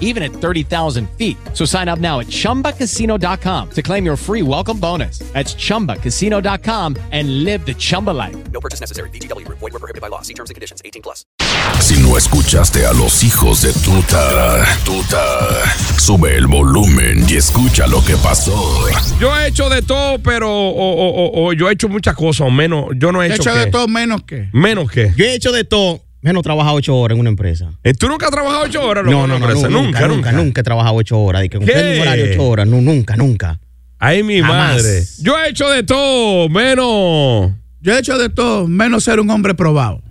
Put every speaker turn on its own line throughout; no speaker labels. even at 30,000 feet. So sign up now at ChumbaCasino.com to claim your free welcome bonus. That's ChumbaCasino.com and live the Chumba life.
No purchase necessary. BGW. Void were prohibited by law. See terms and conditions. 18 plus.
Si no escuchaste a los hijos de tuta, tuta, sube el volumen y escucha lo que pasó.
Yo he hecho de todo, pero o, o- o- o yo he hecho muchas cosas, o menos, yo no he
He
hecho,
hecho
qué.
de todo menos que.
Menos que.
Yo he hecho de todo, menos trabajado ocho horas en una empresa.
Eh, ¿Tú nunca has trabajado ocho horas? loco, en una empresa?
nunca, nunca, nunca he trabajado ocho horas. De
¿Qué?
que cumpliendo un horario ocho horas, no, nunca, nunca.
Ay, mi
Jamás.
madre. Yo he hecho de todo, menos.
Yo he hecho de todo menos ser un hombre probado.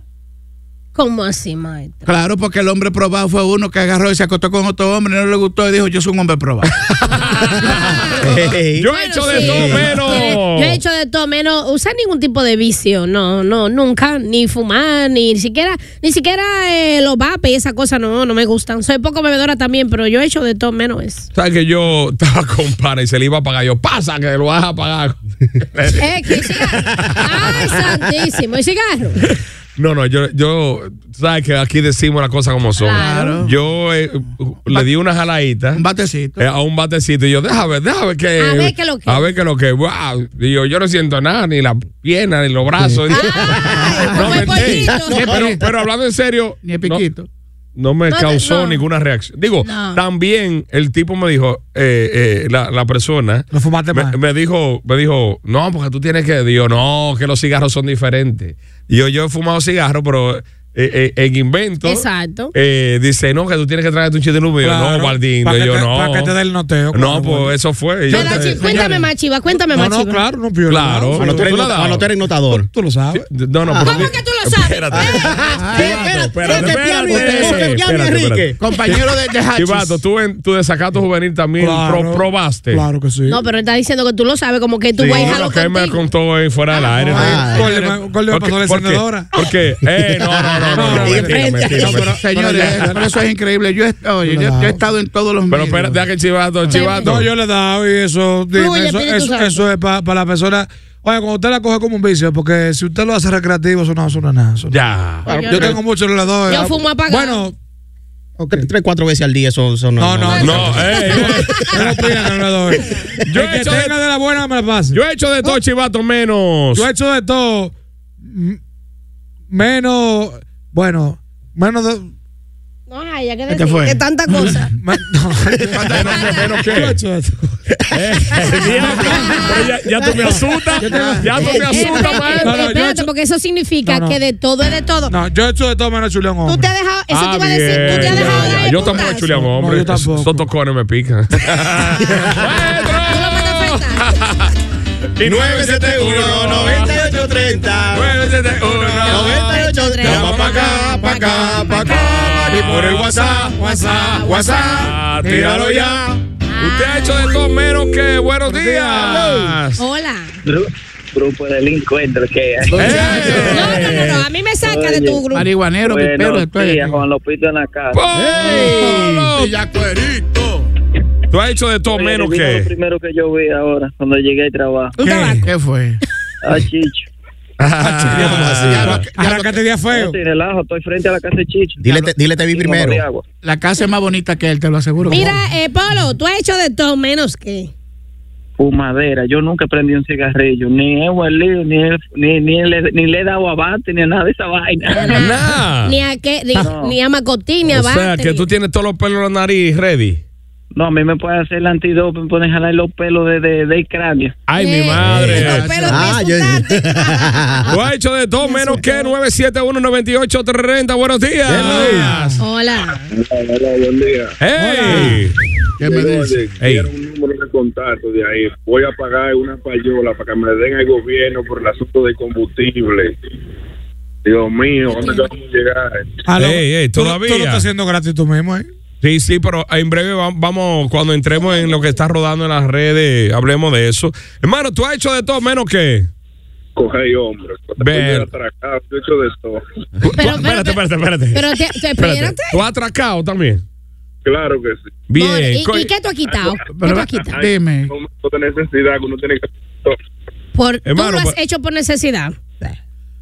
¿Cómo así, maestro?
Claro, porque el hombre probado fue uno que agarró y se acostó con otro hombre, no le gustó y dijo, yo soy un hombre probado.
Ey.
Yo he hecho de todo, menos.
Yo he hecho de todo menos usar ningún tipo de vicio, no, no, nunca, ni fumar, ni siquiera, ni siquiera eh, los vapes y esas cosas no, no me gustan. Soy poco bebedora también, pero yo he hecho de todo menos eso.
¿Sabes que yo estaba con pana y se le iba a pagar? Yo, pasa que lo vas a pagar.
Eh, ¿qué cigarro? Ay, santísimo, ¿y cigarro?
no, no, yo, yo, ¿sabes que aquí decimos las cosas como son?
Claro.
Yo eh, le di una jaladita.
un batecito.
eh, a un batecito y yo, déjame, ver, déjame que.
A ver qué lo que.
A ver qué lo que. Wow. Y yo, yo no siento nada, ni la pierna, ni los brazos.
Ay,
No,
como el
mentí.
pollito.
Sí, Eh, pero, pero hablando en serio.
Ni el
no-
piquito.
No, me
No te-
causó
no.
ninguna reacción. Digo,
No.
también el tipo me dijo, eh, eh, la, la persona.
No fumaste
me,
más.
me dijo, me dijo, no, porque tú tienes que. Digo, no, que los cigarros son diferentes. Y yo, yo he fumado cigarros, pero. eh, eh, en invento
Exacto.
eh, dice no que tú tienes que traer un chiste de humo Y yo, no Baldín
para
digo
que
yo
te-
no
para que te dé el noteo
no
cuando
pues
vuelva.
eso fue Y yo,
Pero,
eh,
chi- cuéntame más, Chiva, cuéntame
No,
más,
no,
Chiva.
claro, no piola.
Claro.
Sí,
Cuando tú eres
¿Tú la
nota-
dabas?
cuando tú eres notador.
Tú lo sabes.
no no pero-
¿Cómo que tú lo sabes?
Espérate.
Coge piano y- coge piano y
espérate,
Enrique.
espérate.
Compañero de, de Hachis.
Chivato, tú en tu desacato juvenil también
Claro.
pro- probaste.
Claro que sí.
No, pero está diciendo que tú lo sabes, como que tú
Sí,
vas a ir a
lo
lo
que él me
contigo.
contó ahí fuera del aire.
Ah,
¿no?
gol le- gol le
¿Por qué-
pasó la
por qué?
encendedora.
¿Por qué? Eh, no, no, no, no, no,
Y
mentira,
frente.
mentira,
No, pero,
mentira.
eh,
señores, pero eso es increíble. Yo he, oye, yo- yo he estado en todos los
Pero
medios.
espérate, deja que el Chivato, el Chivato.
No, yo le he dado y eso. dime,
Fluye,
eso,
Espíritu
eso-
Santo.
eso es para la persona. Oye, cuando usted la coge como un vicio, porque si usted lo hace recreativo, eso no eso no es nada. eso no-
Ya.
Yo, tengo mucho, yo le doy.
ah,
Yo fumo apagado.
Bueno, ok.
Tres, tres, cuatro veces al día, eso, eso
No, no,
No, eh, eh.
Yo no opino que no le doy.
Yo
Yo
he
que
hecho de-
tenga de la buena me la pase.
Yo he hecho de todo, Chivato, menos.
Yo he hecho de todo. m- Menos. Bueno. Menos de.
No, ay, ya que
Este
te fue?
decir, que tanta cosa.
me- no.
¿Menos
Yo he
qué?
hecho de todo.
Pero ya, ya tú me asustas. Ya tú me
Eh,
asustas,
espérate,
No,
maestro.
no, yo
espérate,
hecho-
porque eso significa
No, no.
que de todo es de todo.
No, yo he hecho de todo menos chuleón hombre.
Tú te has dejado, eso
Ah,
te iba a decir, tú te
bien,
has dejado
ya,
dar
ya.
el
Yo tampoco he
putazo.
chuleado, hombre.
No, yo tampoco.
Esos tocones me pican.
Tú lo mandas a faltar.
9830.
971
Llama
pa' acá, pa' acá, pa' acá. Y por el WhatsApp,
WhatsApp,
WhatsApp, tíralo ya. Usted ha hecho de todo menos que buenos días.
Hola.
Gru- grupo de delincuentes que hay.
No,
¡Eh!
no, no, no, a mí me saca
¿Eh?
de tu grupo.
Marihuanero, pipero,
Buenos
después.
días, Juan Lopito en la casa.
¡Polo!
Villacuerito.
Tú has hecho de todo
Oye,
menos
adivina Lo
que.
primero que yo vi ahora, cuando llegué al trabajo.
Un tabaco.
¿Qué fue?
Ah, Chicho.
Ah,
Arrancate día feo.
No te relajo, estoy frente a la casa de Chicho.
Dile, te- dile te vi
Y no bebí
primero.
agua.
La casa es más bonita que él, te lo aseguro.
Mira, eh, Polo, tú has hecho de todo menos que.
Fumadera. Yo nunca prendí un cigarrillo. Ni he huelido, ni, he- ni, ni, le, ni le he dado abate, ni nada de esa vaina.
nah.
Ah.
Ni a que, ni, ni a Macotín, ni a
O sea,
Bate,
que
ni-
tú tienes todos los pelos en la nariz ready.
No, a mí me pueden hacer el antidoping, me pueden jalar los pelos de, de, del cráneo.
Ay, mi
Los
madre.
pelos
Ah, yo-
pies suntados.
Tú has hecho de todo menos que 9719830. Buenos días.
Hola.
Hey.
¿Qué me dice?
Hey.
un número de contacto de ahí. Voy a pagar una payola para que me den al gobierno por el asunto de combustible. Dios mío, ¿dónde vamos a llegar?
Aló,
Ey, ey,
tú- Tú,
todavía.
lo estás haciendo gratis tú mismo, ¿eh?
Sí, sí, pero en breve va- vamos, cuando entremos en lo que está rodando en las redes, hablemos de eso. Hermano, tú has hecho de todo menos que.
Coge hombre.
Ver.
Atracado, yo he hecho de todo.
Pero,
espérate, espérate, espérate.
Pero te, te- espérate.
Tú has atracado también.
Claro que sí.
Bien.
More, ¿Y,
Co-
y qué tú has quitado?
eh,
¿Qué tú has quitado?
Dime.
Un momento de necesidad que uno tiene que...
Por,
Hermano,
¿Tú lo has
pues-
hecho por necesidad?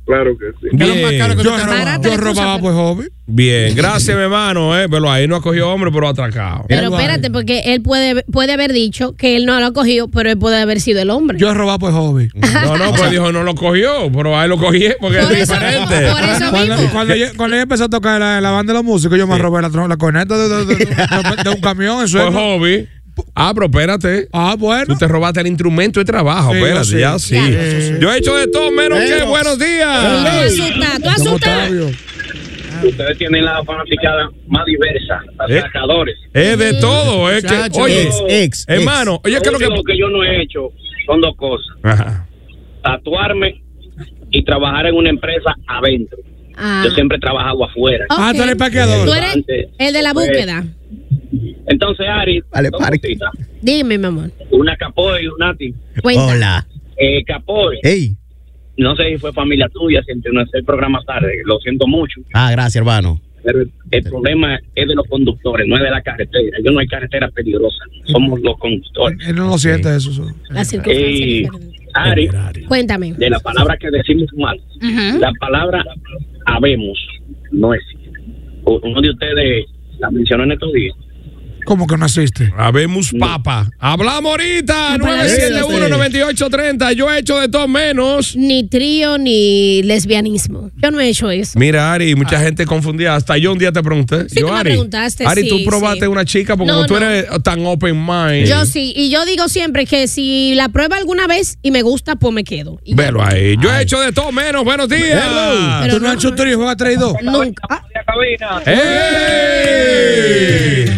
Claro que sí.
¿Qué es lo más caro que
Yo
tú te has
robaba,
robado?
Barata
yo
la
robaba
excusa,
pues hobby.
Bien, gracias, mi hermano, eh, pero ahí no ha cogido hombre, pero ha atracado.
Pero
Eduardo.
espérate, porque él puede, puede haber dicho que él no lo ha cogido, pero él puede haber sido el hombre.
Yo robaba pues hobby.
No, no, pues dijo, no lo cogió, pero ahí lo cogí porque es
por, eso mismo,
diferente.
por eso
Cuando,
mismo.
cuando yo, cuando yo empecé a tocar la, la banda de los músicos, yo me robé la, tro- la corneta de, de- de- de- de un camión. Eso
Fue
es-
Pues, hobby. Ah, pero espérate.
Ah, bueno.
Tú te robaste el instrumento de trabajo,
Sí,
espérate,
sí.
ya sí.
Ya.
Yo he hecho de todo menos que
Menos.
buenos
Tú
días.
asustas, tú
Don
asustas.
Octavio.
Ustedes tienen la fanaticada más diversa,
Eh.
atracadores.
Es de todo, es que,
Chacho,
oye,
ex, ex,
hermano, oye, ¿qué es lo que...
yo no he hecho son dos cosas.
Ajá.
tatuarme y trabajar en una empresa adentro.
Ah,
Yo siempre he trabajado afuera.
ok.
Ah, tú eres
Tú
paqueador.
eres el de la
Pues,
búsqueda.
Entonces, Ari,
Vale,
dos
parque.
cositas.
Dime, mi amor.
una capoy, una ti.
Cuenta.
Hola.
Eh, capoy,
Ey.
no sé si fue familia tuya, si no el programa tarde, lo siento mucho,
Ah, gracias, hermano.
pero el, el problema es de los conductores, no es de la carretera. Yo no hay carretera peligrosa, somos los conductores.
Él Eh, no lo siente eso. eso.
La circunstancia
Eh,
es diferente.
Ari,
Cuéntame.
de la palabra que decimos mal,
Ajá.
la palabra habemos no existe. U- Uno de ustedes la mencionó en estos días.
¿Cómo que no existe?
Habemos papa. Hablamos ahorita,
La palabra
971-9830. Yo he hecho de todo menos.
Ni trío ni lesbianismo. Yo no he hecho eso.
Mira, Ari, mucha gente confundida. Hasta yo un día te pregunté.
Ah. Sí,
yo,
tú me
Ari,
preguntaste,
Ari,
sí,
tú probaste
sí.
una chica porque
No,
como tú
no.
eres tan open mind.
Yo sí, y yo digo siempre que si la prueba alguna vez y me gusta, pues me quedo. Y
Velo ahí. Yo he hecho de todo menos. Buenos días.
Pero
Tú no
no.
has hecho un trío y juegas tres y dos.
Nunca.
¡Ey!
eh.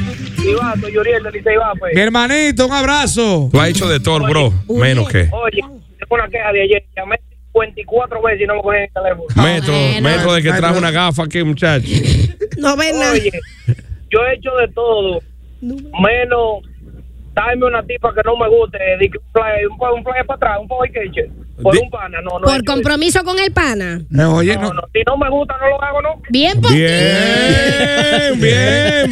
Mi hermanito, un abrazo.
Tú has hecho de todo, bro. Menos que.
Oye, tengo una queja de ayer, llamé 54 veces y no me cogí el teléfono.
Metro,
bueno.
metro de que
Ay,
trajo
no.
una gafa aquí, muchacho.
No ven nada.
Oye, yo he hecho de todo, menos darme una tipa que no me guste, di que un play, un, pa- un play para atrás, un power kitchen, por
Di-
un pana, no, no. he
Por
hecho
compromiso con el pana.
Eh, oye,
eso.
no.
No, no, si no me gusta, no lo hago, ¿no?
Bien por
Bien, bien,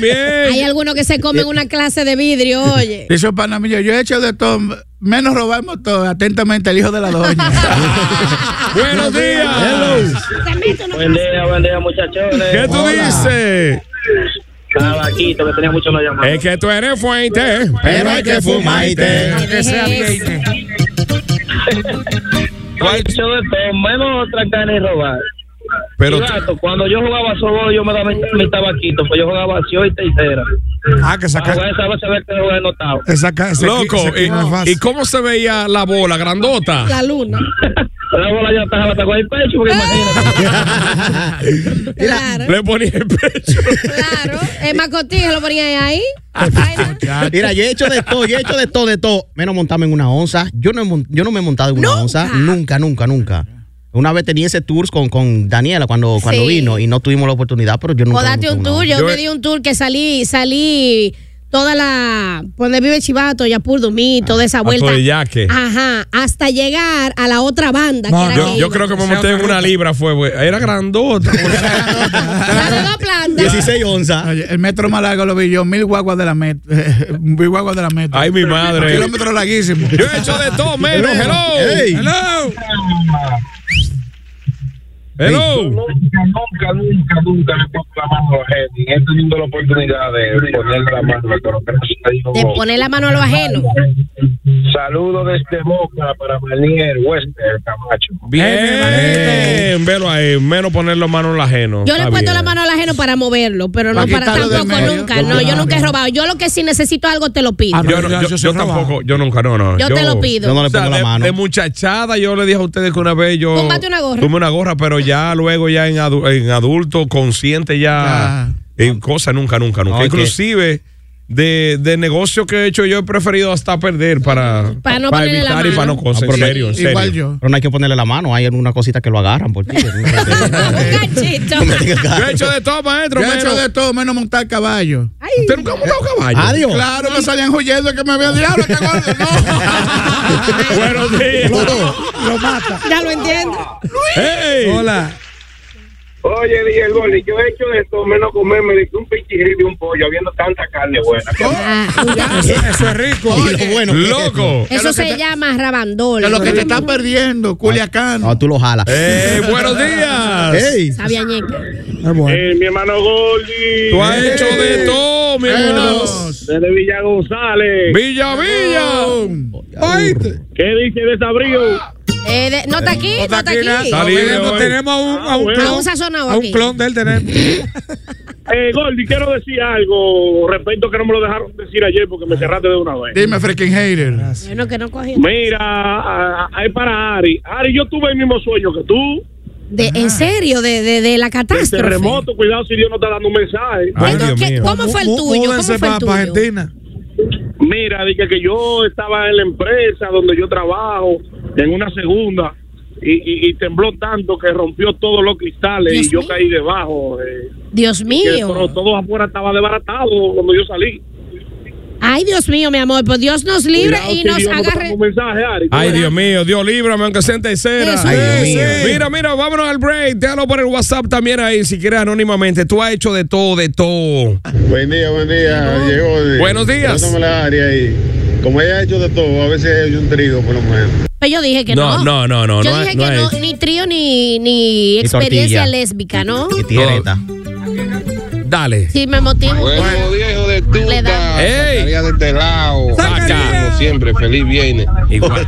Hay
bien.
algunos que se comen una clase de vidrio, oye.
Dice el pana mío, yo he hecho de todo, menos robar motor. Atentamente, el hijo de la doña.
Buenos días.
Buen día, buen día,
¿Qué
muchachones.
tú dices?
Tabaquito, que tenía mucho no llamar.
Es que tú eres fuente, pero hay que fumarte.
Aunque sea
Dejes.
aceite.
Yo he hecho de todo, menos atracar y robar.
Pero
Exacto, cuando yo jugaba solo, yo me daba mi, mi tabaquito, pues yo jugaba así y tercera.
Ah, que saca.
Ahora esa vez se ve que jugué notado.
que saca- se-
Loco,
se-
¿y,
no es fácil.
y cómo se veía la bola grandota?
La luna.
La bola ya está, la atacó el pecho,
Eh.
porque imagínate.
Claro,
Le ponía el pecho.
claro. El macotillo lo ponía ahí. Ay, no.
Mira, yo he hecho de todo, yo he hecho de todo, de todo. Menos montarme en una onza. Yo no, he mon- yo no me he montado en una onza. Nunca, nunca, nunca. Una vez tenía ese tour con, con Daniela cuando, cuando
Sí.
vino y no tuvimos la oportunidad, pero yo nunca.
O
me
date
monté
un
en una
tour. Yo,
Yo-
me di un tour que salí, salí toda la. por Donde vive Chivato, Yapur, Dumí,
Ah.
toda esa vuelta.
Atoyaque.
Ajá. Hasta llegar a la otra banda.
No,
que era
Yo,
que
yo
iba.
creo que me monté en una libra, fue, güey. Era grandota.
La de dos plantas.
16 onzas.
Oye, el metro más largo lo vi yo, mil guaguas de la metro. mil guaguas de la metro.
Ay, mi madre.
Kilómetro larguísimo.
Yo he hecho de todo menos. Hello.
Ey.
Hello.
Yo Nunca, nunca, nunca, nunca le pongo la mano a la gente. Y he tenido la oportunidad de ponerle la mano, pero creo que te digo,
De poner la mano a lo ajeno.
Saludos desde Boca para Manier Wester Camacho.
Bien, velo ahí, menos ponerlo mano en el ajeno.
Yo le he
Está
puesto
bien.
la mano al ajeno para moverlo, pero no
Para
para
quitarlo de
tampoco
medio.
nunca. No, yo nunca he robado. Yo lo que si necesito algo te lo pido.
yo, Ah, no- yo- yo tampoco, yo nunca, no, no.
Yo te lo pido. Yo no le
O sea,
pongo la
de,
mano.
de muchachada, yo le dije a ustedes que una vez yo.
Cómprate una gorra.
Tuve una gorra, pero ya luego, ya en, adu- en adulto, consciente, ya. En cosas, nunca, nunca, nunca.
No, es que-
Inclusive. De, de negocio que he hecho yo he preferido hasta perder para,
Para no ponerle la
evitar y
mano.
para no cosas.
Ah, pero
en
no-
serio, en serio.
Pero no hay que ponerle la mano, hay alguna cosita que lo agarran por ti.
Cachito.
Yo he hecho de Eh, todo, maestro.
Yo he
menos-
hecho de todo, menos montar caballo.
¿Usted nunca ha montado caballo?
Adiós. Claro, me salían huyendo que me veía diablo. que gordo, no.
Buenos días.
Lo mata.
Ya lo entiendo.
Hola.
Oye, Diego, Goli, yo he hecho de todo menos comerme de que un pichirri de un pollo, viendo tanta carne buena.
Eso, eso es rico.
bueno,
loco.
Eso se llama rabandol.
Que lo que te estás perdiendo, Culiacán.
No, tú lo jalas.
Eh, buenos días.
Ey.
Sabía ñeca.
Eh, mi hermano Goldi.
Tú has hecho de todo, mi hermano.
Desde Villa González.
Villa, Villa.
Oíste.
¿Qué dice de Sabrío?
Eh, de- no está aquí, no está aquí.
Está libre
Tenemos,
hoy.
tenemos a un, a un
Ah, bueno.
clon.
A un sazonado
a un
aquí.
clon de él tenemos.
Eh, Goldi, quiero decir algo respecto que no me lo dejaron decir ayer porque me cerraste de una vez.
Dime, freaking hater.
Bueno, que no cogí.
Mira, a- a- ahí para Ari. Ari, yo tuve el mismo sueño que tú.
De- en serio, de, de, de la
El
catástrofe.
terremoto, Este cuidado si Dios no está dando un mensaje.
Ay,
Bueno,
Dios
¿qué-
mío.
¿Cómo fue el
Mú-
tuyo? ¿Cómo
múdense
fue el
pa- pa
tuyo?
Argentina.
Mira, dije que yo estaba en la empresa donde yo trabajo, en una segunda, y, y- y tembló tanto que rompió todos los cristales
Dios
y yo
mío.
caí debajo. eh,
Dios
que todo,
mío.
todo afuera estaba desbaratado cuando yo salí.
Ay, Dios mío, mi amor. Pues Dios nos libre
Cuidado
y
si
nos
Dios no está dando
agarre.
un mensaje, Ari.
Ay, Dios mío, Dios líbrame, aunque sea en tercera.
Eso Ay, Dios
Sí,
mío.
sí. Mira, mira, vámonos al break. Déjalo por el WhatsApp también ahí, si quieres anónimamente. Tú has hecho de todo, de todo.
Buen día, buen día. Llegó de-
Buenos días.
dándome la área y como ella ha hecho de todo, a veces ella hecho un trigo por lo menos.
Pero Pues yo dije que no.
No, no, no, no,
Yo
no
dije
es- no
que no,
es.
ni trío ni, ni experiencia
tortilla.
lésbica, ¿no?
Y tijereta.
Dale.
Si me motivo.
viejo de
Le damos.
¡Ey!
de este lado.
Saca.
siempre, feliz viernes.
Igual.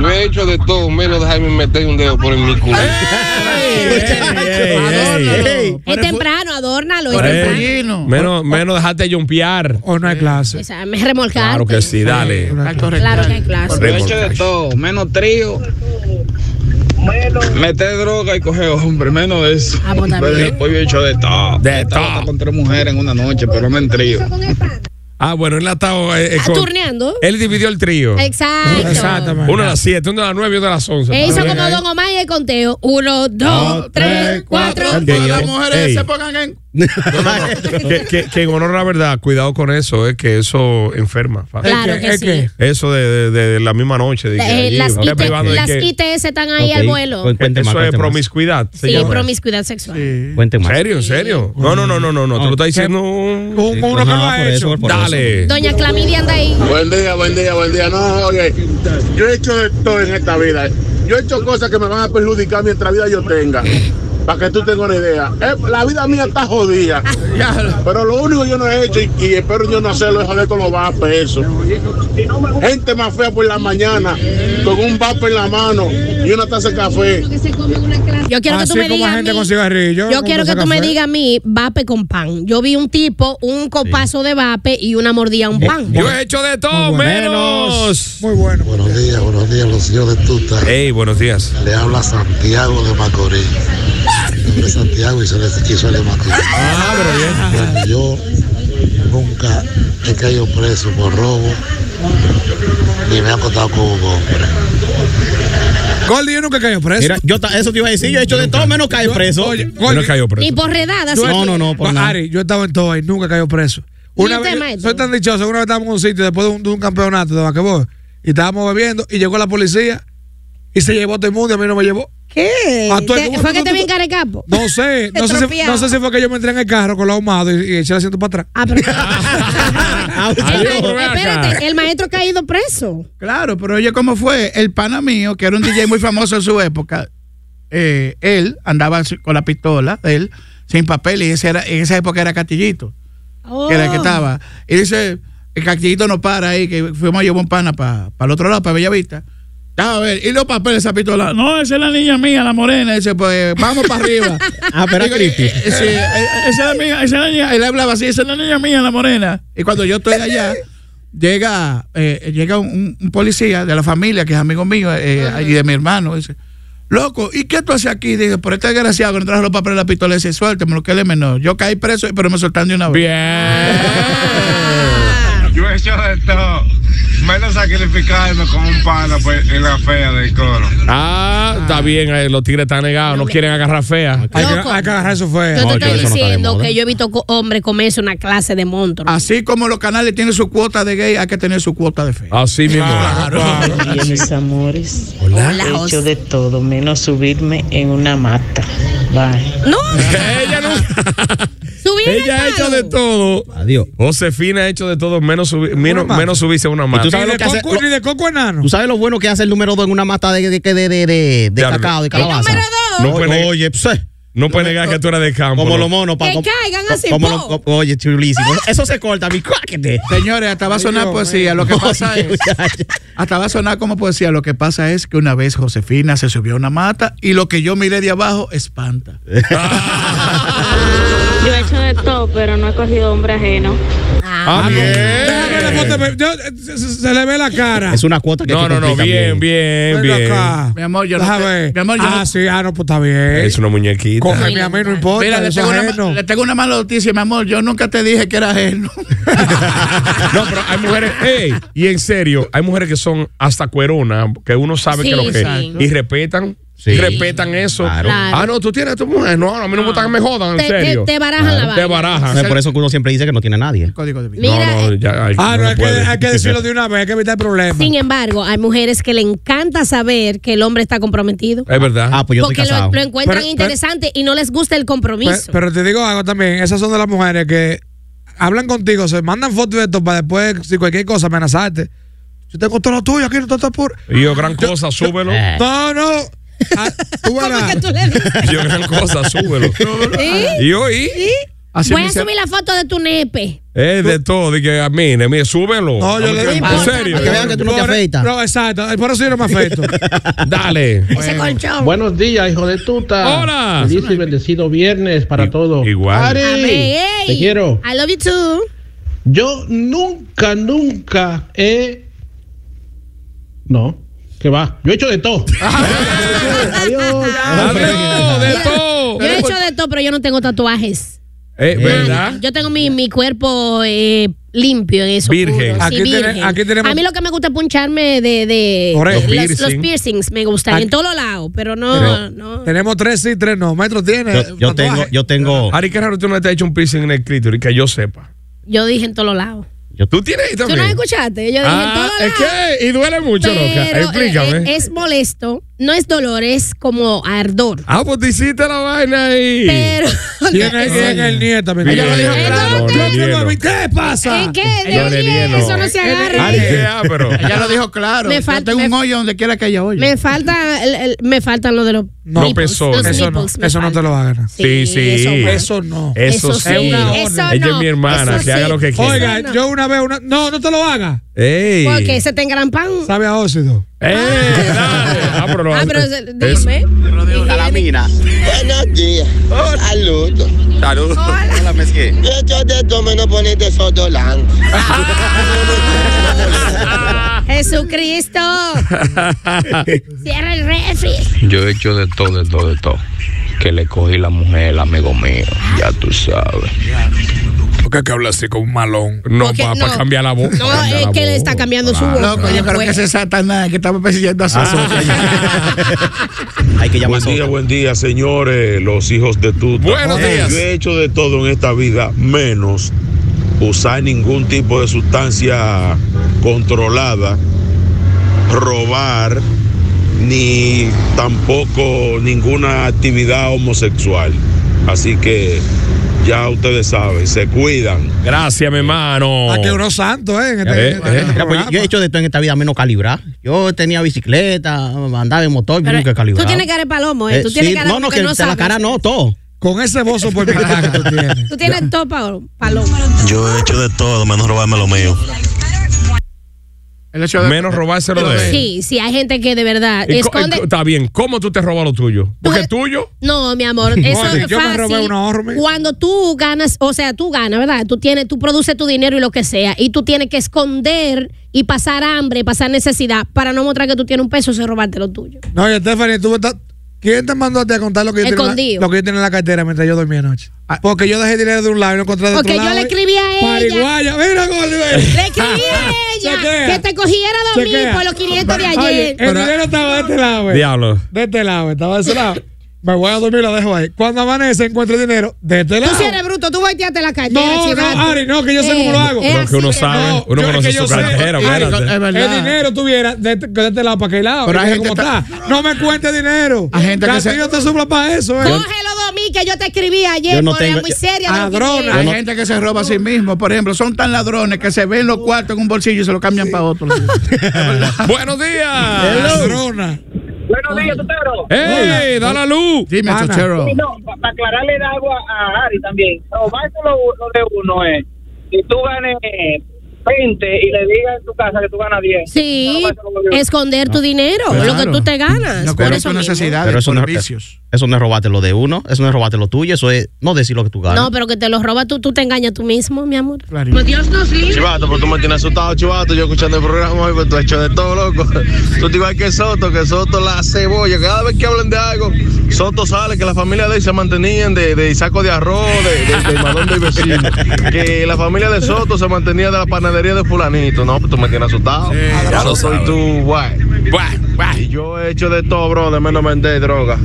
Yo he hecho de todo, menos dejarme meter un dedo por el mi culo.
Ey, ey, ey, ey.
Es temprano, adórnalo. Es
Por el
temprano.
pollino.
Menos, menos dejarte jumpear.
O no hay
O
clase.
sea, me remolcaste.
Claro que sí, dale.
Acto
Claro que hay
rectal.
clase.
Re- hecho de
todo, menos trío. Meter droga y coger hombre, menos eso.
Ah, pues, también. Pero
yo he hecho de todo.
De He estado todo.
Con tres mujeres en una noche, pero no en trío.
Ah, bueno, él ha estado. eh, eh,
Ah,
con-
turneando.
él dividió el trío.
Exacto.
Exactamente.
Uno a las 7, uno a las 9 y uno a las 11.
E hizo como Don Omar y el conteo. Uno, dos, tres, cuatro.
Cuando
Ey,
las
yo-
mujeres
ey.
se pongan en.
que, que- que en honor a la verdad, cuidado con eso, es que eso enferma. fácil.
Claro que
es
sí.
que-
Eso de, de- de la misma noche. de que
Eh,
allí,
las,
usted
IT
privado de
las
que-
ITS están ahí al vuelo.
Cuente más,
Eso es
cuente más.
promiscuidad. se
Sí,
llama.
promiscuidad sexual.
Cuente
¿En
más.
serio? ¿En serio? No, no, no, no, no, no. Te lo está diciendo
Un-
un-
uno que
Ajá,
lo ha
por
hecho.
eso, por eso.
Dale.
Doña Clamidia anda ahí.
Buen día, buen día, buen día. No, oye, yo he hecho de todo en esta vida. Yo he hecho cosas que me van a perjudicar mientras vida yo tenga. Para que tú tengas una idea. Eh, la vida mía está jodida. Pero lo único que yo no he hecho y, y espero yo no hacerlo es joder con los vapes eso. Gente más fea por la mañana, con un vape en la mano y una taza de café.
Yo quiero que
Así
tú me
como
digas. a
gente
mí-
con cigarrillo.
yo
con
quiero que tú
café.
me digas a mí, vape con pan. Yo vi un tipo, un copazo de vape y una mordida a
Eh,
un pan.
Yo he hecho de todo menos.
Muy bueno.
Buenos días, buenos días, los hijos de tuta.
Ey, buenos días.
Le habla Santiago de Macorís. Mi nombre es Santiago y soy de, y soy de Macorís.
Ah, pero bien.
Bueno, yo nunca he caído preso por robo ni me han contado como un hombre.
Gordy, yo nunca caí preso.
Mira, yo ta- eso te iba a decir, yo he hecho de todo menos caer preso.
Oye,
Bueno,
Gordy,
cayó
Ni
preso.
por redada.
Yo- Ah,
así
No,
que-
no, no, por nada.
Ari, yo estaba en todo ahí, nunca cayó preso. Una
¿Y
vez,
usted,
yo-
maestro?
soy tan dichoso, una vez estábamos en un sitio después de un, de un campeonato de basquetbol y estábamos bebiendo y llegó la policía y se llevó a todo el mundo y a mí no me llevó.
¿Qué?
A todo el
¿Te-
mundo,
¿Fue que
tú-
te
tú-
vi en carecapo?
No sé, no sé, si,
Estropeado.
no sé si fue que yo me entré en el carro con los ahumados y, y eché el asiento para atrás.
Ah, pero-
Adiós,
El ma-
ven acá.
Espérate, el maestro ha ido preso.
Claro, pero oye, ¿cómo fue? El pana mío, que era un DJ muy famoso en su época, eh, él andaba su- con la pistola de él sin papel y ese era, en esa época era Castillito, que
Oh.
era el
Oh.
que estaba. Y dice, el Castillito no para ahí, que fuimos a llevar un pana para el otro lado, para Bellavista. A ver, y los papeles, esa pistola. No, esa es la niña mía, la morena. Dice, pues vamos para arriba.
Ah, pero
Digo,
Cristi.
eh, eh, sí, eh, esa es la mía, esa es la niña. Él hablaba así, esa es la niña mía, la morena. Y cuando yo estoy allá, llega, eh, llega un, un policía de la familia, que es amigo mío, eh, y de mi hermano. Dice, loco, ¿y qué tú haces aquí? Dice, por este desgraciado que no trajo los papeles de la pistola. Dice, suéltame, lo que él es menor. Yo caí preso, pero me soltaron de una vez.
Yo he hecho de todo, menos sacrificarme con un pana pues, en la fea del coro.
Ah, está bien, eh, los tigres están negados, no quieren agarrar fea.
Hay que- Loco. hay que
agarrar eso fea.
Yo te estoy diciendo que yo he visto co- hombres comerse una clase de monstruo.
Así como los canales tienen su cuota de gay, hay que tener su cuota de fe.
Así mismo.
Y a mis amores.
Hola.
He hecho de todo, menos subirme en una mata. Bye.
No.
Ella Ella ha hecho de todo.
Adiós.
Josefina ha hecho de todo, menos, subi- menos, menos subirse a una mata.
tú sabes lo que hace- lo- ¿Tú sabes lo bueno que hace el número dos en una mata de, de, de, de, de- de
Diablo.
cacao, de
El
calabaza?
número dos. No puede-
oye, pse.
No puede negar que tú eras de campo.
Como
¿no?
los monos. pa-
Que
como-
caigan
co-
así,
como
po.
los- co- Oye, chulísimo. Eso se corta, mi cuáquete.
Señores, hasta va a sonar poesía. Lo que pasa es. Hasta va a sonar como poesía. Lo que pasa es que una vez Josefina se subió a una mata y lo que yo miré de abajo espanta.
Yo he hecho de todo, pero no he cogido hombre ajeno.
Ah, bien.
Se,
eh,
se- se le ve la cara.
Es una cuota que
No, no, no, bien, bien, bien.
Mi amor, yo no
Déjame
te-
ver.
mi amor, yo
ah,
no-
sí, ah, no, pues está bien.
Es una muñequita.
Cógeme a mí, no importa.
Mira, le
eso
tengo, una,
ajeno.
ma- le tengo una mala noticia, mi amor. Yo nunca te dije que era ajeno.
pues.
No, pero hay mujeres, ey, y en serio, hay mujeres que son hasta cuerona, que uno sabe
Sí,
que lo que
sí.
y respetan, y respetan eso.
Claro. Ah.
Ah, no, tú tienes a tu mujer, no, a mí no me gusta que me jodan,
Te-
en
te-
serio.
te barajan la
Te
vaina.
barajan.
No es por eso que uno siempre dice que no tiene a nadie.
Mira, eh,
no, ya, ay,
Ah, no,
no
hay que,
puede.
hay que decirlo de una vez, hay que evitar problemas.
sin embargo, hay mujeres que le encanta saber que el hombre está comprometido.
Eh,
Es verdad.
Ah, pues yo
porque
estoy
lo,
casado.
lo encuentran
Pero- pero-
interesante y no les gusta el
Pe-
compromiso.
Pero te digo algo también, esas son de las mujeres que hablan contigo, se mandan fotos de esto para después, si cualquier cosa, amenazarte. Yo tengo todo lo tuyo, aquí no te estás por.
Y yo, gran cosa, súbelo.
Eh.
No, no. Ah, tú verás.
Y yo, gran cosa, súbelo.
¿Sí?
Y yo, y. Así
Voy
me
a
hice-
subir la foto de tu nepe.
Eh, de todo, de que a mí, de mí, súbelo.
No, yo le
En
digo-
serio.
Para que vean que tú no te afeitas. No, exacto. Por eso yo no me afeito.
Dale.
Ese colchón.
Buenos días, hijo de tuta.
Hola.
Feliz y bendecido viernes para todos.
igual.
Ari,
Amén, ey.
te quiero.
I love you too.
Yo nunca, nunca he. No, que va. Yo he hecho de todo.
Adiós, de todo.
Yo he hecho de todo, pero yo no tengo tatuajes.
Eh, ¿Verdad?
Yo tengo mi, mi cuerpo eh, limpio en eso.
Virgen.
puro, sí,
Aquí tiene-
virgen.
aquí tenemos-
A mí lo que me gusta es puncharme de, de
Por ahí.
los,
Los
los
piercing.
piercings. Me gustan
Aquí-
en todos lados, pero no.
Pero-
no.
Tenemos tres sí, tres no. Maestro tiene.
Yo, yo tengo, yo tengo.
Ari, qué raro tú no te has hecho un piercing en el clítoris, que yo sepa.
Yo dije en todos lados.
Tú tienes ahí
¿Tú no
también.
me escuchaste? Yo dije en
ah,
todos
es que, y duele mucho, loca.
Pero,
Explícame.
eh, eh, es molesto, no es dolor, es como ardor.
ah, pues te hiciste la vaina ahí.
Pero-
Tiene, tiene el nieto. mi
Ella lo
nieta.
dijo claro.
Yo
Don
tengo a
Elieno.
mí, ¿Qué pasa?
¿En qué?
Don
Oye,
Elieno.
eso no se agarra.
Ari, ¿qué? Ah, pero.
Ella lo dijo claro.
Me
yo
falta-
tengo un
me-
hoyo donde quiera que haya hoyo.
Me falta, el- el- me faltan lo de los.
No
nipples,
pensó.
los
Eso no,
nipples me
pues, eso no te
faltan.
lo hagan.
Sí, sí.
Eso no.
Eso,
Eso
sí.
sí. Eso
Ella es
no.
mi hermana,
Eso
que haga
sí.
lo que quiera.
Oiga, yo una vez, una. No, no te lo hagas.
¡Ey!
Porque se te engrampan.
Sabe a óxido.
¡Ey! Eh, Dale. Ah, pero lo
Ah, pero
es-
se- dime.
mina. Buenos días. Saludos. Saludos. Hola. Hola, De hecho, de todo menos poner desodorante.
Jesucristo. Cierra el refri.
Yo he hecho de todo, de todo, de todo. Que le cogí la mujer, el amigo mío. Ya tú sabes.
¿Por qué que hablas así con un malón? No,
Porque
para
no.
cambiar la voz.
No, es que le está cambiando su voz. pues.
Loco, yo creo que ese Satanás que estaba persiguiendo
Ah,
a Sosa.
Hay que llamar
Buen día, buen día, señores, los hijos de tuta.
Buenos días.
Yo he hecho de todo en esta vida, menos usar ningún tipo de sustancia controlada, robar, ni tampoco ninguna actividad homosexual. Así que ya ustedes saben, se cuidan.
Gracias, mi hermano.
Aquí unos santos, ¿eh? En este,
Eh,
en este
eh.
Mira, pues, yo he hecho de esto en esta vida menos calibrar. Yo Yo tenía bicicleta, andaba en motor, yo
Pero
nunca
tú
calibrado.
tienes cara de palomo, ¿eh? Tú
Eh,
tienes
sí,
cara de
No, no,
que
que
no
de la
sabes.
cara no, todo.
Con ese bozo por que tú tienes.
Tú tienes todo pa- palomo.
Yo he hecho de todo, menos robarme lo mío.
El hecho de-
Menos robárselo de él.
Sí, sí, hay gente que de verdad
Y co- y co-
esconde.
Está bien, ¿cómo tú te robas lo tuyo? Porque tuyo.
No, mi amor, eso
Oye,
es
yo me
fácil.
robé un ahorro mío.
Cuando tú ganas, o sea, tú ganas, ¿verdad? Tú tienes, tú produces tu dinero y lo que sea, y tú tienes que esconder y pasar hambre, pasar necesidad para no mostrar que tú tienes un peso, se robarte lo tuyo.
No, y Stephanie, tú estás. ¿Quién te mandó a ti a contar lo que, yo tenía en la,
Escondido.
lo que yo tenía en la cartera mientras yo dormía anoche? Ah, Porque yo dejé el dinero de un lado y lo encontré de
Porque
otro
yo
lado.
le escribí a ella.
Pariguaya, mira, Gordy,
Le
ve.
escribí a ella
Chequea.
que te cogiera a dormir
Chequea.
por los 500 de
Oye,
ayer.
el dinero estaba de este lado, güey.
Diablo.
De este lado, estaba de ese lado. Me voy a dormir, lo dejo ahí. Cuando amanece, encuentro el dinero de este
Tú
lado.
si eres bruto, tú volteaste la cartera,
No, no,
chivato.
Ari, no, que yo sé
Eh,
cómo lo hago.
es
Ah,
Lo que uno sabe,
No,
uno
yo- es
conoce
que
su
yo sé,
cartera,
Ari,
espérate.
es verdad. El dinero tuviera de este, de este lado para aquel lado.
Pero hay
mira
gente
cómo
ta-
está. No me cuente dinero. A gente
que se-
te supla para eso, eh.
Cógelo de mí, que yo te escribí ayer, por era muy seria.
Ah,
de lo que
Ladrones.
quiero.
Hay gente que se roba a sí mismo. Por ejemplo, son tan ladrones que se ven los cuartos en un bolsillo y se lo cambian para otro.
Buenos días.
Ladrona.
Buenos días, Tutero.
¡Ey! ¡Da la luz!
Dime,
Ana.
Chochero.
Sí, no, pa- para aclararle el agua a Ari también. Robarse lo, lo de uno es que tú ganes 20 y le digas en tu casa que tú ganas 10.
Sí, esconder tu dinero,
Claro.
lo que tú te ganas.
No
por
cubre
eso
tu
mismo.
Pero eso no, eso no es robarte lo de uno, eso no es robarte lo tuyo, eso es no decir lo que tú ganas.
No, pero que te lo roba tú, tú te engañas tú mismo, mi amor.
Pues
Dios nos
Chivato, pues tú me tienes asustado, chivato. Yo escuchando el programa hoy, pues tú has hecho de todo, loco. Tú te igual que Soto, que Soto la cebolla. Cada vez que hablan de algo, Soto sale que la familia de él se mantenían de, de saco de arroz, de, de, del madón del vecino. Que la familia de Soto se mantenía de la panadería de fulanito. No, pues tú me tienes asustado. ya no soy tú, guay. Y yo he hecho de todo, bro, de menos vender droga.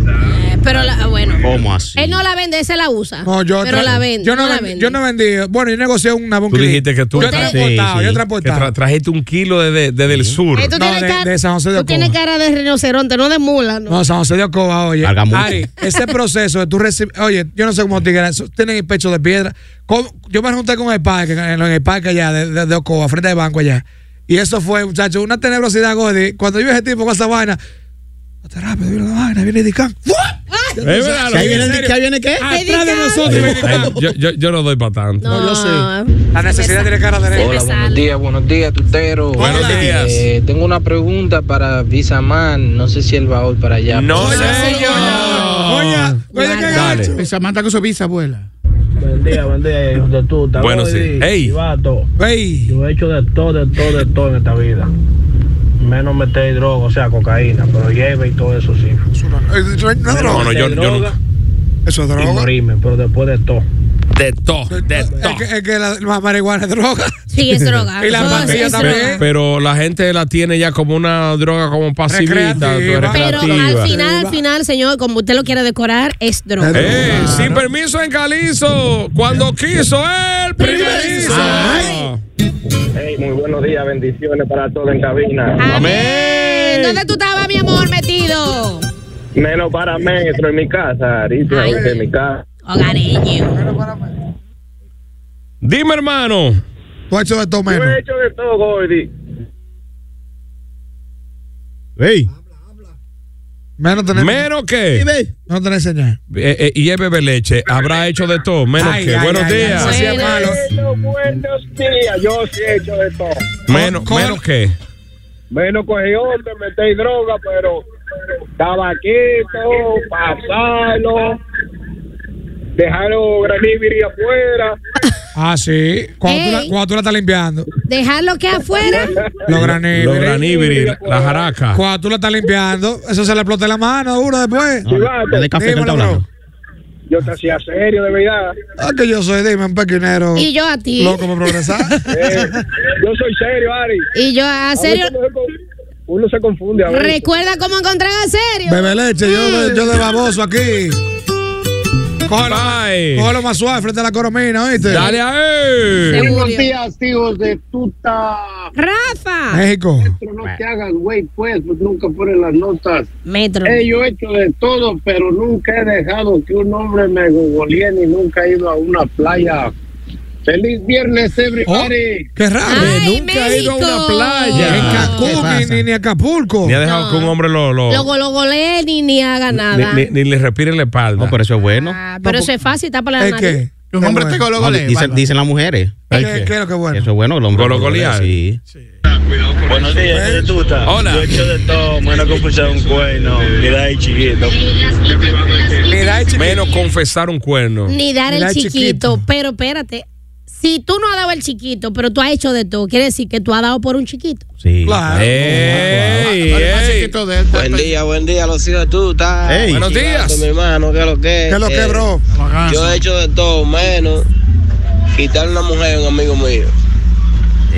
Pero la- bueno,
¿Cómo así?
él no la vende, se la usa.
No, yo
pero
tra-
la vende.
Yo no,
la
vendí-
vende.
yo no vendí. Bueno, yo negocié un nabón
Tú dijiste que tú
Yo he transportado, yo he transportado.
Que tra- trajiste un kilo de, de- de- del sur.
Eh, tú tienes cara-
de San José de
Tú tienes cara de rinoceronte, no de mula, ¿no?
No, San José de Ocoba, oye.
mucho.
Ari, ese proceso de tú recibir. Oye, yo no sé cómo te eso Tienen el pecho de piedra. ¿Cómo? Yo me junté con el parque, en el parque allá de, de, de Ocoba, frente al banco allá. Y eso fue, muchachos, una tenebrosidad, Gordy. Cuando yo vi a ese tipo con esa vaina. Hasta rápido, viene la vaina, viene Dicán.
Es verdad, lo vi, en serio.
qué? Atrás de nosotros, viene Dicán.
Ay, yo, yo, yo no doy para tanto.
No, yo sé. La necesidad tiene cara derecha.
Hola, buenos días, buenos días, tutero.
Buenos
Eh,
días.
tengo una pregunta para Visaman. No sé si él va hoy para allá.
No
pero-
Oye, oye, qué
Dale.
gacho. Esa manta con su visa, abuela.
Buen día, buen día, hijos de tuta.
Bueno, sí.
Gordy,
Ey.
Chivato.
Ey.
Yo he hecho de todo, de todo, de todo en esta vida. Menos meter droga, o sea, cocaína, pero lleve y todo eso sí.
No,
no, no, yo, yo nunca.
Eso es droga.
Y morirme, pero después de todo.
De todo, de todo.
Es que, es que la, la marihuana es droga.
Sí, es droga.
y la
No,
pastilla
es
también.
droga.
Pero la gente la tiene ya como una droga como pasivita,
Recreativa.
tú eres
Pero
creativa.
al final, al final, señor, como usted lo quiere decorar, es droga.
Eh, sin permiso en Calizo, cuando quiso el primerizo.
Hey, muy buenos días, bendiciones para todos en cabina.
Eh, ¿Dónde tú estabas, mi amor, metido?
Menos para metro en mi casa, Ari, tú
Ay.
sabes de mi casa.
Dime, hermano.
Tú has hecho de Pues todo
Yo he hecho de todo, Gordy.
Ey.
Menos tener.
¿Menos qué?
No tenés señal.
Eh, eh, y es beber leche. Habrá hecho de todo, menos
Ay,
que.
ay,
Buenos
ay,
días.
ay,
Pues,
ay.
Buenos, buenos días, yo sí he hecho de todo.
Menos, menos que.
Menos cogí hombre, metí droga, pero tabaquito, pasarlo, dejaron graníviri afuera.
Ah, sí. Cuando, tú la,
Ey.
cuando tú la estás limpiando.
Dejarlo que afuera.
Los graníveres.
Los graníveres, la- la jaraca.
Cuando tú la estás limpiando, eso se le explota en la mano a uno después.
Chivato,
de café que
Dímelo,
está
bro.
hablando.
yo te hacía serio, de verdad.
Ah, que yo soy, dime, un pequinero.
Y yo a ti.
Loco por progresar.
Eh, yo soy serio, Ari.
Y yo a serio.
A veces uno se con- Uno se confunde a veces.
Recuerda cómo encontrar a serio.
Bebe leche, yo, de- yo de baboso aquí. Cógelo,
Bye.
cógelo más suave frente a la coromina, ¿oíste?
Dale a él.
Buenos días, hijos de tuta.
Rafa.
México.
Pero no te hagas, güey, pues, pues nunca ponen las notas.
Metro.
Eh, yo he hecho de todo, pero nunca he dejado que un hombre me gogolee ni nunca he ido a una playa
Feliz viernes, everybody.
Oh, Qué raro.
Ay,
nunca he ido a
México.
una playa.
¿Qué
En Cancún
pasa?
ni, ni, ni Acapulco.
Ni ha dejado que un hombre lo, lo,
Lo, lo golé ni, ni haga
ni,
nada.
ni- ni le respire la espalda. No, pero
eso es bueno.
Ah, pero eso es fácil, está para la nariz.
Un hombre te
golea,
Dicen, dicen las mujeres.
¿Qué, qué es lo que es bueno?
Eso es bueno, el hombre.
Gologolear.
Sí.
Buenos días, ¿qué tú estás?
Hola.
Yo he hecho de todo, menos confesar un cuerno. Mira ahí, chiquito.
Menos confesar un cuerno.
Ni dar el chiquito. Pero espérate, si tú no has dado el chiquito, pero tú has hecho de todo, quiere decir que tú has dado por un chiquito.
Sí.
Claro. Ey, ey.
Buen día, buen día, los hijos de tú estás.
Ey. Buenos días.
Chivato, Mi hermano, ¿qué es lo que
¿Qué es lo que, bro?
Yo he hecho de todo, menos quitar una mujer a un amigo mío.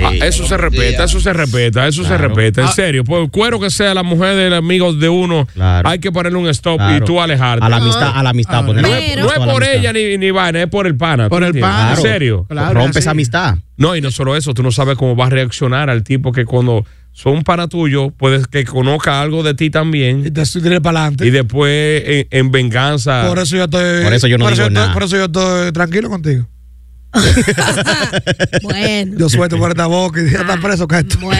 Ah, eso se respeta, eso se respeta, eso se respeta.
Ah.
En serio, por cuero que sea la mujer del amigo de uno, hay que ponerle un stop
Claro.
y tú alejarte. Ah.
A la amistad, a la amistad.
No
ponerle
es,
punto
no
a
es
la
por
amistad.
ella ni, ni vaina, es por el pana. ¿tú
Por el
entiendes?
pana.
¿En
Claro.
serio?
Claro, Rompe esa así. amistad.
No, y no solo eso, tú no sabes cómo va a reaccionar al tipo que cuando son pana tuyo, puedes que conozca algo de ti también. Y
para adelante.
Y después en, en venganza.
Por eso yo estoy. por eso estoy- Por eso yo estoy tranquilo contigo.
bueno.
Yo suelto por esta boca y ya
Ah,
está preso, Caeto.
Bueno.